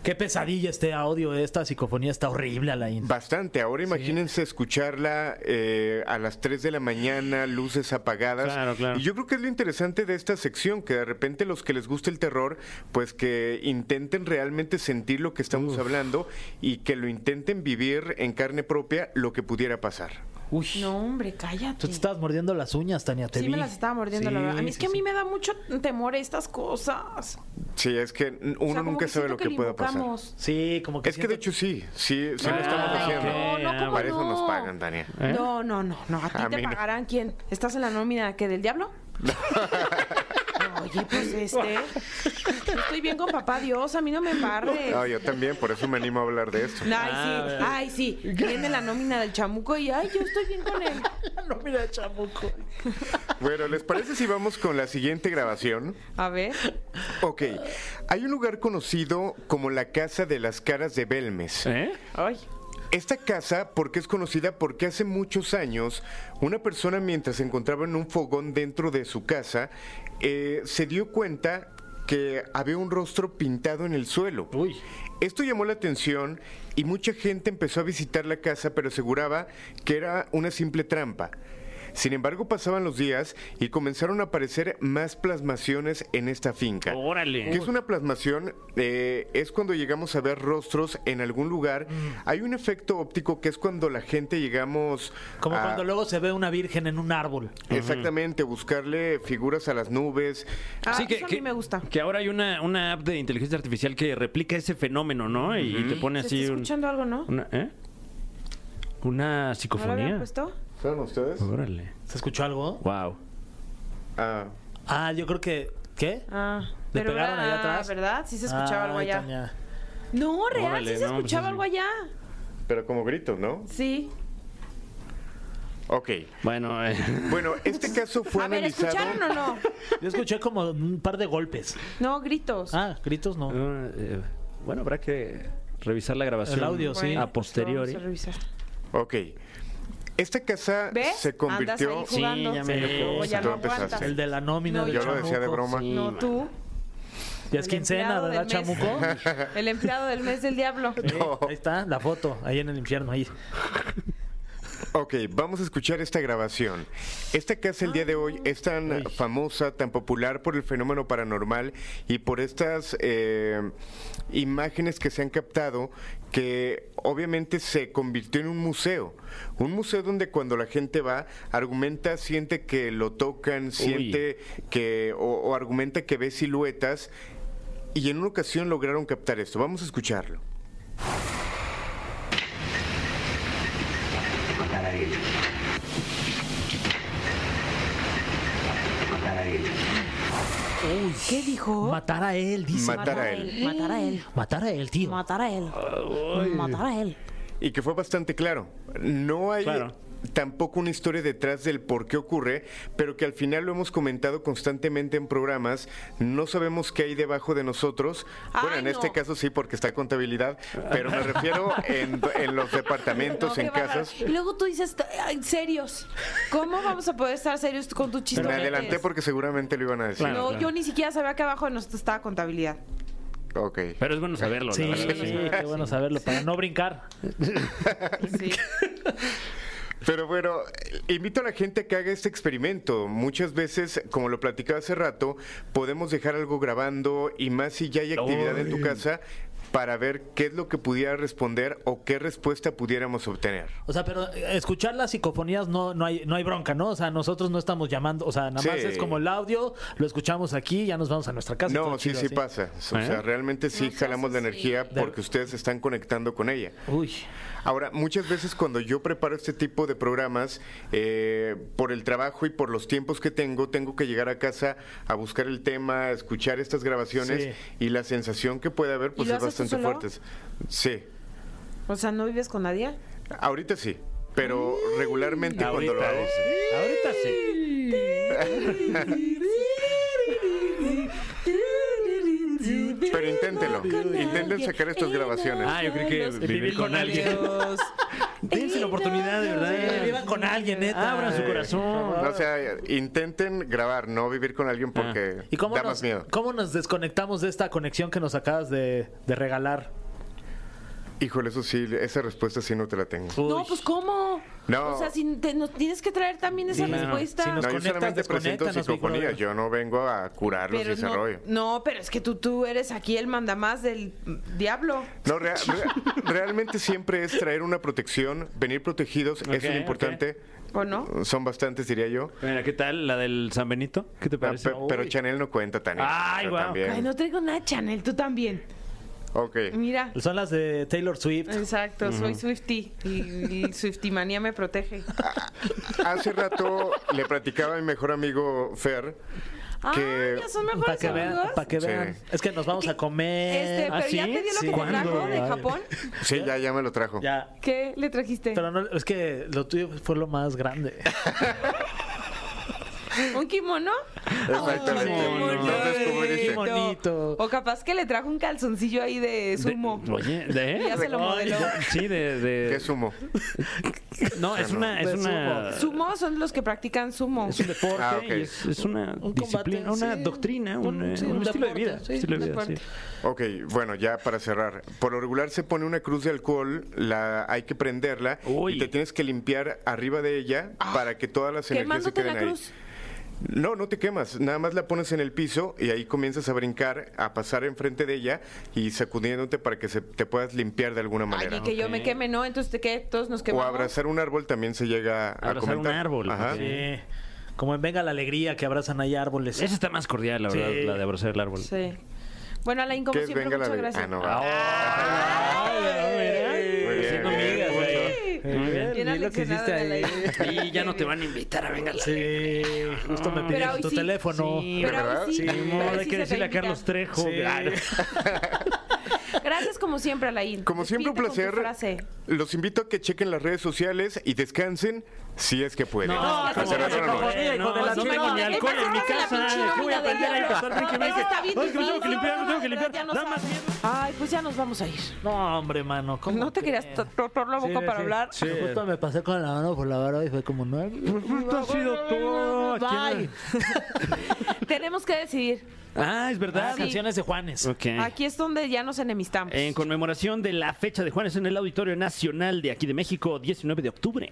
Speaker 2: Qué pesadilla este audio, esta psicofonía está horrible, Alain.
Speaker 6: Bastante, ahora imagínense escucharla eh, a las 3 de la mañana, luces apagadas.
Speaker 4: Claro, claro.
Speaker 6: Y yo creo que es lo interesante de esta sección, que de repente los que les gusta el terror, pues que intenten realmente sentir lo que estamos hablando y que lo intenten vivir en carne propia lo que pudiera pasar.
Speaker 2: Uy.
Speaker 3: No, hombre, cállate.
Speaker 2: Tú te estabas mordiendo las uñas, Tania, te
Speaker 3: sí,
Speaker 2: vi.
Speaker 3: me las estaba mordiendo, la
Speaker 2: Sí,
Speaker 3: verdad. A mí es
Speaker 2: sí,
Speaker 3: que a mí
Speaker 2: sí.
Speaker 3: me da mucho temor estas cosas.
Speaker 6: Sí, es que n-
Speaker 3: O
Speaker 6: uno
Speaker 3: sea, como
Speaker 6: nunca sabe
Speaker 3: siento
Speaker 6: lo que, pueda pasar.
Speaker 3: invocamos.
Speaker 2: Sí, como que
Speaker 6: Es que de
Speaker 2: siento-
Speaker 6: hecho sí, sí, sí lo
Speaker 4: Ah,
Speaker 6: estamos
Speaker 3: Ay,
Speaker 6: haciendo.
Speaker 3: no, no,
Speaker 4: Ah,
Speaker 3: ¿cómo
Speaker 6: Para eso
Speaker 3: no?
Speaker 6: nos pagan, Tania.
Speaker 3: No, no, no, no. A ti
Speaker 6: A
Speaker 3: te
Speaker 6: mí no.
Speaker 3: pagarán quién. ¿Estás en la nómina que del diablo? No, Oye, pues este. yo Estoy bien con papá Dios, a mí no me embarres.
Speaker 6: No, yo también, por eso me animo a hablar de esto.
Speaker 3: Ay, sí, ay, sí. Viene la nómina del chamuco y ay, yo estoy bien con él.
Speaker 2: No, mira, chamuco.
Speaker 6: Bueno, ¿les parece si vamos con la siguiente grabación?
Speaker 3: A ver.
Speaker 6: Ok, hay un lugar conocido como la Casa de las Caras de Belmes.
Speaker 4: ¿Eh?
Speaker 3: Ay.
Speaker 6: Esta casa, porque es conocida porque hace muchos años, una persona mientras se encontraba en un fogón dentro de su casa, eh, se dio cuenta que había un rostro pintado en el suelo.
Speaker 2: Uy.
Speaker 6: Esto llamó la atención y mucha gente empezó a visitar la casa, pero aseguraba que era una simple trampa. Sin embargo, pasaban los días y comenzaron a aparecer más plasmaciones en esta finca.
Speaker 4: Órale.
Speaker 6: ¿Qué es una plasmación? Eh, es cuando llegamos a ver rostros en algún lugar.
Speaker 3: Mm.
Speaker 6: Hay un efecto óptico que es cuando la gente llegamos
Speaker 2: Como
Speaker 6: a-
Speaker 2: cuando luego se ve una virgen en un árbol.
Speaker 6: Exactamente, buscarle figuras a las nubes.
Speaker 3: Ah,
Speaker 4: Sí, que-
Speaker 3: eso a
Speaker 4: que-
Speaker 3: mí me gusta.
Speaker 4: Que ahora hay una, una app de inteligencia artificial que replica ese fenómeno, ¿no? Y, y te pone
Speaker 3: ¿Se
Speaker 4: así
Speaker 3: está
Speaker 4: un-
Speaker 3: escuchando algo, no?
Speaker 4: una, ¿eh? Una
Speaker 3: ¿No lo habían
Speaker 4: psicofonía.
Speaker 3: puesto?
Speaker 6: ¿Saben ustedes?
Speaker 4: Órale.
Speaker 2: ¿Se escuchó algo?
Speaker 4: Wow.
Speaker 6: Ah,
Speaker 2: Ah, yo creo que. ¿qué?
Speaker 3: Ah,
Speaker 2: Le
Speaker 3: pero
Speaker 2: pegaron
Speaker 3: era-
Speaker 2: allá atrás.
Speaker 3: ¿Verdad? Sí se escuchaba
Speaker 2: Ay,
Speaker 3: algo allá.
Speaker 2: Tania.
Speaker 3: No, real,
Speaker 4: Órale,
Speaker 3: sí se
Speaker 4: no, pues,
Speaker 3: escuchaba
Speaker 4: sí.
Speaker 3: algo allá.
Speaker 6: pero como gritos, ¿no?
Speaker 3: Sí.
Speaker 6: Ok.
Speaker 4: Bueno, eh,
Speaker 6: Bueno, este caso fue
Speaker 3: a ver,
Speaker 6: analizado.
Speaker 3: ¿escucharon o no?
Speaker 2: Yo escuché como un par de golpes.
Speaker 3: No, gritos.
Speaker 2: Ah, gritos no.
Speaker 4: eh, bueno, habrá que revisar la grabación
Speaker 2: El audio, sí.
Speaker 4: a posteriori.
Speaker 3: Vamos a revisar.
Speaker 6: Ok. Esta casa
Speaker 3: ¿Ves?
Speaker 6: se
Speaker 3: Andas
Speaker 6: convirtió.
Speaker 3: ahí jugando.
Speaker 4: Sí, ya me dio
Speaker 3: Luego ya
Speaker 6: cosa.
Speaker 3: no
Speaker 6: Tú empezaste.
Speaker 3: aguantas.
Speaker 2: El de la nómina
Speaker 3: No,
Speaker 2: de
Speaker 6: Yo lo decía de
Speaker 2: chamuco.
Speaker 6: broma.
Speaker 3: No, tú.
Speaker 2: Ya es
Speaker 3: El
Speaker 2: quincena,
Speaker 3: empleado
Speaker 2: ¿verdad,
Speaker 3: del mes.
Speaker 2: chamuco?
Speaker 3: El empleado del mes del diablo.
Speaker 2: Sí, Ahí está, la foto, ahí en el infierno, ahí.
Speaker 6: Ok, vamos a escuchar esta grabación. Esta casa el día de hoy es tan famosa, tan popular por el fenómeno paranormal y por estas eh, imágenes que se han captado que obviamente se convirtió en un museo. Un museo donde cuando la gente va, argumenta, siente que lo tocan, siente que, o, o argumenta que ve siluetas y en una ocasión lograron captar esto. Vamos a escucharlo.
Speaker 3: ¿Qué dijo?
Speaker 2: Matar a él, dice.
Speaker 6: Matar a él.
Speaker 3: Matar a él.
Speaker 2: Matar a él, tío.
Speaker 3: Matar a él. Matar a él.
Speaker 6: Y que fue bastante claro. No hay
Speaker 4: Claro.
Speaker 6: tampoco una historia detrás del por qué ocurre, pero que al final lo hemos comentado constantemente en programas. No sabemos qué hay debajo de nosotros.
Speaker 3: Ay,
Speaker 6: bueno, en
Speaker 3: no.
Speaker 6: este caso sí, porque está contabilidad, pero me refiero en, en los departamentos,
Speaker 3: No,
Speaker 6: en
Speaker 3: qué bárbaro.
Speaker 6: casas.
Speaker 3: Y luego tú dices, ay, serios. ¿Cómo vamos a poder estar serios con tu chiste?
Speaker 6: Me adelanté porque seguramente lo iban a decir.
Speaker 3: No,
Speaker 4: Claro, claro.
Speaker 3: yo ni siquiera sabía que abajo de nosotros estaba contabilidad.
Speaker 6: Ok.
Speaker 4: Pero es bueno saberlo, la
Speaker 2: Sí,
Speaker 4: verdad,
Speaker 2: sí, qué bueno saberlo, para no brincar.
Speaker 3: Sí.
Speaker 6: Pero bueno, invito a la gente a que haga este experimento. Muchas veces, como lo platicaba hace rato, podemos dejar algo grabando y más si ya hay actividad en tu casa para ver qué es lo que pudiera responder o qué respuesta pudiéramos obtener.
Speaker 2: O sea, pero eh, escuchar las psicofonías no, no, hay, no hay bronca, ¿no? O sea, nosotros no estamos llamando, o sea, nada más
Speaker 6: Sí.
Speaker 2: es como el audio, lo escuchamos aquí, ya nos vamos a nuestra casa. todo
Speaker 6: No, sí,
Speaker 2: chido, ¿Eh?
Speaker 6: sí
Speaker 2: así.
Speaker 6: pasa. O sea, realmente sí jalamos la energía porque ustedes se están conectando con ella.
Speaker 2: Uy,
Speaker 6: Ahora, muchas veces cuando yo preparo este tipo de programas, eh, por el trabajo y por los tiempos que tengo, tengo que llegar a casa a buscar el tema, a escuchar estas grabaciones
Speaker 2: Sí.
Speaker 6: y la sensación que puede haber pues
Speaker 3: lo
Speaker 6: es
Speaker 3: haces tú
Speaker 6: bastante
Speaker 3: solo?
Speaker 6: fuerte. Sí,
Speaker 3: O sea, ¿no vives con nadie?
Speaker 6: ahorita sí, pero
Speaker 3: Mm.
Speaker 6: regularmente cuando lo
Speaker 4: Ahorita,
Speaker 6: hago...
Speaker 4: es- ahorita sí.
Speaker 6: Pero inténtelo, intenten sacar estas grabaciones.
Speaker 4: Ah, yo creo que vivir, con alguien. Dense la oportunidad, de
Speaker 2: eh,
Speaker 4: verdad.
Speaker 2: vivan con alguien, neta.
Speaker 4: Abran su corazón.
Speaker 6: O sea, intenten grabar, no vivir con alguien porque
Speaker 2: Ah. ¿Y cómo
Speaker 6: da
Speaker 2: nos,
Speaker 6: más miedo.
Speaker 2: cómo nos desconectamos de esta conexión que nos acabas de, de regalar?
Speaker 6: Híjole, eso sí, esa respuesta sí no te la tengo.
Speaker 3: No, pues ¿cómo?
Speaker 6: No.
Speaker 3: O sea, si te- nos tienes que traer también esa
Speaker 2: Sí, claro.
Speaker 3: respuesta.
Speaker 2: Si nos-
Speaker 6: No, yo
Speaker 2: conectas,
Speaker 6: solamente presento
Speaker 2: desconectas, Big
Speaker 6: psicofonía,
Speaker 2: Brother.
Speaker 6: yo no vengo a curarlos y
Speaker 3: pero
Speaker 6: ese rollo.
Speaker 3: no, no, pero es que tú, tú eres aquí el mandamás del diablo.
Speaker 6: No, rea- re- realmente siempre es traer una protección, venir protegidos, eso es
Speaker 4: ok.
Speaker 6: lo importante.
Speaker 3: ¿O no?
Speaker 6: Son bastantes, diría yo.
Speaker 4: Mira, ¿qué tal la del San Benito? ¿Qué te
Speaker 6: Ah,
Speaker 4: parece?
Speaker 6: pe- pero Chanel no cuenta, Tania.
Speaker 4: Ay,
Speaker 6: Yo
Speaker 4: guau.
Speaker 6: también.
Speaker 3: Ay, no traigo nada, Chanel, tú también.
Speaker 6: Ok.
Speaker 3: Mira.
Speaker 2: Son las de Taylor Swift.
Speaker 3: Exacto, soy Swifty y, y Swiftymanía me protege.
Speaker 6: Hace rato le platicaba a mi mejor amigo Fer
Speaker 3: Ah,
Speaker 6: que...
Speaker 3: ya son
Speaker 2: Para
Speaker 3: mejores
Speaker 2: que vean,
Speaker 3: amigos.
Speaker 2: para que
Speaker 6: Sí.
Speaker 2: vean. Es que nos vamos a comer.
Speaker 6: Eh,
Speaker 3: Este, pero
Speaker 2: ¿Ah,
Speaker 3: ya
Speaker 2: sí?
Speaker 3: te dio lo
Speaker 2: Sí.
Speaker 3: que te
Speaker 2: ¿Cuándo?
Speaker 3: trajo de
Speaker 2: Ay.
Speaker 3: Japón.
Speaker 6: Sí, ya, ya me lo trajo.
Speaker 2: Ya.
Speaker 3: ¿Qué le trajiste?
Speaker 2: Pero no, es que lo tuyo fue lo más grande.
Speaker 3: ¿Un kimono?
Speaker 6: Exactamente.
Speaker 3: Ay,
Speaker 4: kimono.
Speaker 6: Entonces,
Speaker 3: qué
Speaker 6: como dice-
Speaker 2: bonito.
Speaker 3: O capaz que le trajo un calzoncillo ahí de
Speaker 4: De-
Speaker 3: sumo.
Speaker 4: oye, ¿de?
Speaker 3: Ya se lo
Speaker 4: Ay,
Speaker 3: modeló.
Speaker 4: Sí, de. de-
Speaker 6: ¿Qué sumo?
Speaker 4: no, es una. Es
Speaker 2: De
Speaker 4: una
Speaker 3: Sumo son los que practican sumo.
Speaker 4: es un deporte,
Speaker 6: Ah, ok.
Speaker 4: y es, es una
Speaker 2: Un combate,
Speaker 4: disciplina, una
Speaker 2: sí.
Speaker 4: doctrina, un,
Speaker 2: Un-
Speaker 4: eh,
Speaker 2: sí,
Speaker 4: un
Speaker 2: un
Speaker 4: estilo de
Speaker 2: deporte,
Speaker 4: vida.
Speaker 2: sí,
Speaker 4: estilo de
Speaker 3: un
Speaker 4: vida, sí.
Speaker 3: deporte.
Speaker 6: Ok, bueno, ya para cerrar. Por lo regular se pone una cruz de alcohol, la hay que prenderla
Speaker 4: Uy.
Speaker 6: y te tienes que limpiar arriba de ella para que todas las energías se
Speaker 3: Ah, Quemándote
Speaker 6: queden
Speaker 3: la
Speaker 6: ahí.
Speaker 3: cruz.
Speaker 6: No, no te quemas, nada más la pones en el piso y ahí comienzas a brincar, a pasar enfrente de ella y sacudiéndote para que se, te puedas limpiar de alguna
Speaker 3: Ay,
Speaker 6: manera.
Speaker 3: y que yo me queme, ¿no? Entonces, ¿qué? Todos nos
Speaker 6: o
Speaker 3: quemamos.
Speaker 6: abrazar un árbol también se llega a
Speaker 4: Abrazar un
Speaker 6: comentar.
Speaker 4: árbol,
Speaker 6: Ajá.
Speaker 4: ok.
Speaker 2: Sí. Como en Venga la Alegría que abrazan ahí árboles.
Speaker 4: Esa está más cordial, la
Speaker 2: Sí.
Speaker 4: verdad, la de abrazar el árbol.
Speaker 3: Sí. Bueno, Alain, como
Speaker 6: Que
Speaker 3: siempre,
Speaker 6: venga la
Speaker 3: muchas
Speaker 6: de-
Speaker 3: gracias.
Speaker 6: Ah, no, va.
Speaker 2: Ay,
Speaker 6: Muy bien,
Speaker 2: Ah, Haciendo
Speaker 6: bien,
Speaker 2: migas
Speaker 6: mucho.
Speaker 2: ahí. Muy bien.
Speaker 3: Bien
Speaker 2: Vi Eh, lo que
Speaker 3: aleccionado
Speaker 2: hiciste
Speaker 3: de la
Speaker 2: ahí.
Speaker 3: idea.
Speaker 4: Y ya no te van a invitar a venga la
Speaker 2: Sí, justo me
Speaker 4: Pero
Speaker 2: pidieron
Speaker 3: hoy
Speaker 2: tu
Speaker 3: sí.
Speaker 2: teléfono.
Speaker 4: Sí,
Speaker 3: Pero
Speaker 6: ¿verdad?
Speaker 3: ahora sí,
Speaker 2: Sí,
Speaker 3: pero
Speaker 2: ni
Speaker 3: ahora
Speaker 2: modo,
Speaker 3: sí
Speaker 4: hay que
Speaker 3: se
Speaker 4: decirle a
Speaker 3: reivindica.
Speaker 4: Carlos Trejo.
Speaker 2: Sí.
Speaker 4: Ay, no.
Speaker 3: Gracias como siempre, Alain.
Speaker 6: Como siempre, un
Speaker 3: Despídete con tu
Speaker 6: placer.
Speaker 3: frase.
Speaker 6: Los invito a que chequen las redes sociales y descansen si es que pueden.
Speaker 2: No,
Speaker 6: Al cerrar
Speaker 2: no,
Speaker 6: la
Speaker 2: no,
Speaker 6: noche.
Speaker 2: no,
Speaker 4: Ah, no,
Speaker 2: no,
Speaker 4: no tengo ni
Speaker 3: no,
Speaker 4: alcohol
Speaker 3: no,
Speaker 4: en mi
Speaker 3: no,
Speaker 4: casa.
Speaker 3: no, no,
Speaker 4: ¿Qué voy a
Speaker 3: no,
Speaker 4: aprender
Speaker 3: no,
Speaker 4: a pasar
Speaker 3: no,
Speaker 4: Ricky
Speaker 3: no,
Speaker 4: Baker?
Speaker 3: está bien
Speaker 4: Ay, que me pues tengo que
Speaker 3: difícil,
Speaker 4: limpiar, me tengo que
Speaker 3: no,
Speaker 4: limpiar.
Speaker 3: ya no
Speaker 4: Nada más
Speaker 3: sabe.
Speaker 4: bien.
Speaker 3: Ay, pues ya nos vamos a ir.
Speaker 2: No, hombre, mano. ¿cómo
Speaker 3: ¿No te
Speaker 2: crees?
Speaker 3: querías to- torcer la boca
Speaker 2: Sí,
Speaker 3: para
Speaker 2: sí.
Speaker 3: hablar?
Speaker 2: Sí. Justo me pasé con la mano por la barba y fue como no.
Speaker 4: Esto ha sido todo.
Speaker 2: Bye.
Speaker 3: Tenemos que decidir.
Speaker 4: Ah, es
Speaker 2: Ah,
Speaker 4: verdad.
Speaker 2: canciones de Juanes.
Speaker 4: Ok.
Speaker 3: Aquí es donde ya nos enemistamos.
Speaker 4: En conmemoración de la fecha de Juanes en el Auditorio Nacional de aquí de México, 19 de octubre.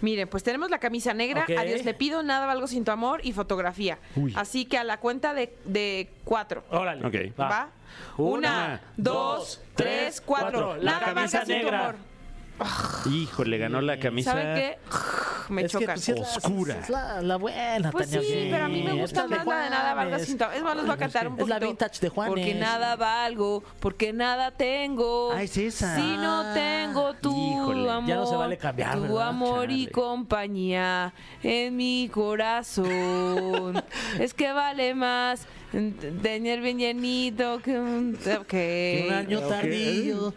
Speaker 3: Miren, pues tenemos la camisa negra,
Speaker 2: Ok.
Speaker 3: adiós le pido, nada valgo sin tu amor y fotografía. Así que a la cuenta de, de cuatro.
Speaker 2: Órale.
Speaker 4: Ok.
Speaker 3: ¿Va? Una,
Speaker 2: Una,
Speaker 3: dos,
Speaker 2: dos,
Speaker 3: tres,
Speaker 2: tres,
Speaker 3: cuatro.
Speaker 2: cuatro. La
Speaker 3: Nada
Speaker 2: camisa
Speaker 3: valgo sin tu
Speaker 2: negra.
Speaker 3: amor.
Speaker 4: Híjole, ganó la camisa.
Speaker 3: ¿Saben qué? Me
Speaker 2: Es que,
Speaker 3: choca.
Speaker 2: pues, es la-
Speaker 4: Oscura.
Speaker 2: es la, la buena,
Speaker 3: Pues
Speaker 2: Tania,
Speaker 3: sí, pero a mí me
Speaker 2: sí.
Speaker 3: gusta
Speaker 2: Es de
Speaker 3: más la de nada
Speaker 2: Juanes.
Speaker 3: valgo sin tu amor. Es más, les voy a cantar un
Speaker 2: Es
Speaker 3: poquito.
Speaker 2: la vintage de Juanes.
Speaker 3: Porque nada valgo, porque nada tengo.
Speaker 4: Ah, es esa.
Speaker 3: Si no
Speaker 2: Ah,
Speaker 3: tengo tu
Speaker 4: híjole.
Speaker 3: amor.
Speaker 2: Ya no se vale cambiar,
Speaker 3: Tu
Speaker 2: ¿verdad?
Speaker 3: amor y
Speaker 4: Chale.
Speaker 3: compañía en mi corazón. es que vale más tener bien llenito que un...
Speaker 2: Un
Speaker 3: Ok.
Speaker 2: año
Speaker 4: Ok.
Speaker 2: tardío.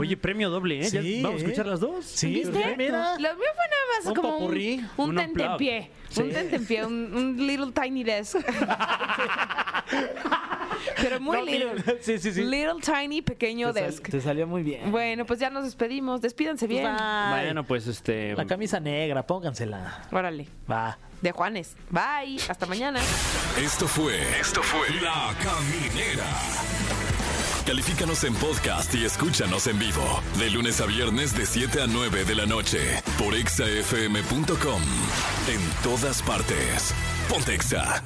Speaker 4: Oye, premio doble, ¿eh? Ya
Speaker 2: Sí,
Speaker 4: vamos a
Speaker 2: ¿eh?
Speaker 4: escuchar las dos.
Speaker 2: Sí,
Speaker 3: ¿Viste?
Speaker 2: ¿verdad? Mira.
Speaker 3: Lo mío fue nada más
Speaker 2: Un
Speaker 3: como
Speaker 2: popurrí,
Speaker 3: un, un
Speaker 4: un unplugged.
Speaker 3: tentempié. Un
Speaker 2: Sí.
Speaker 3: tentempié, un, un little tiny desk. Pero muy
Speaker 2: No,
Speaker 3: little.
Speaker 2: mira, sí, sí, sí.
Speaker 3: Little tiny pequeño
Speaker 2: Te sal-
Speaker 3: desk.
Speaker 2: Te salió muy bien.
Speaker 3: Bueno, pues ya nos despedimos. Despídanse bien.
Speaker 2: Bye.
Speaker 4: Bueno, pues este.
Speaker 2: La camisa negra, póngansela.
Speaker 3: Órale.
Speaker 2: Va.
Speaker 3: De Juanes. Bye. Hasta mañana.
Speaker 7: Esto fue. Esto fue. La Caminera. Califícanos en podcast y escúchanos en vivo. De lunes a viernes de 7 a 9 de la noche. Por exafm.com. En todas partes. Pontexa.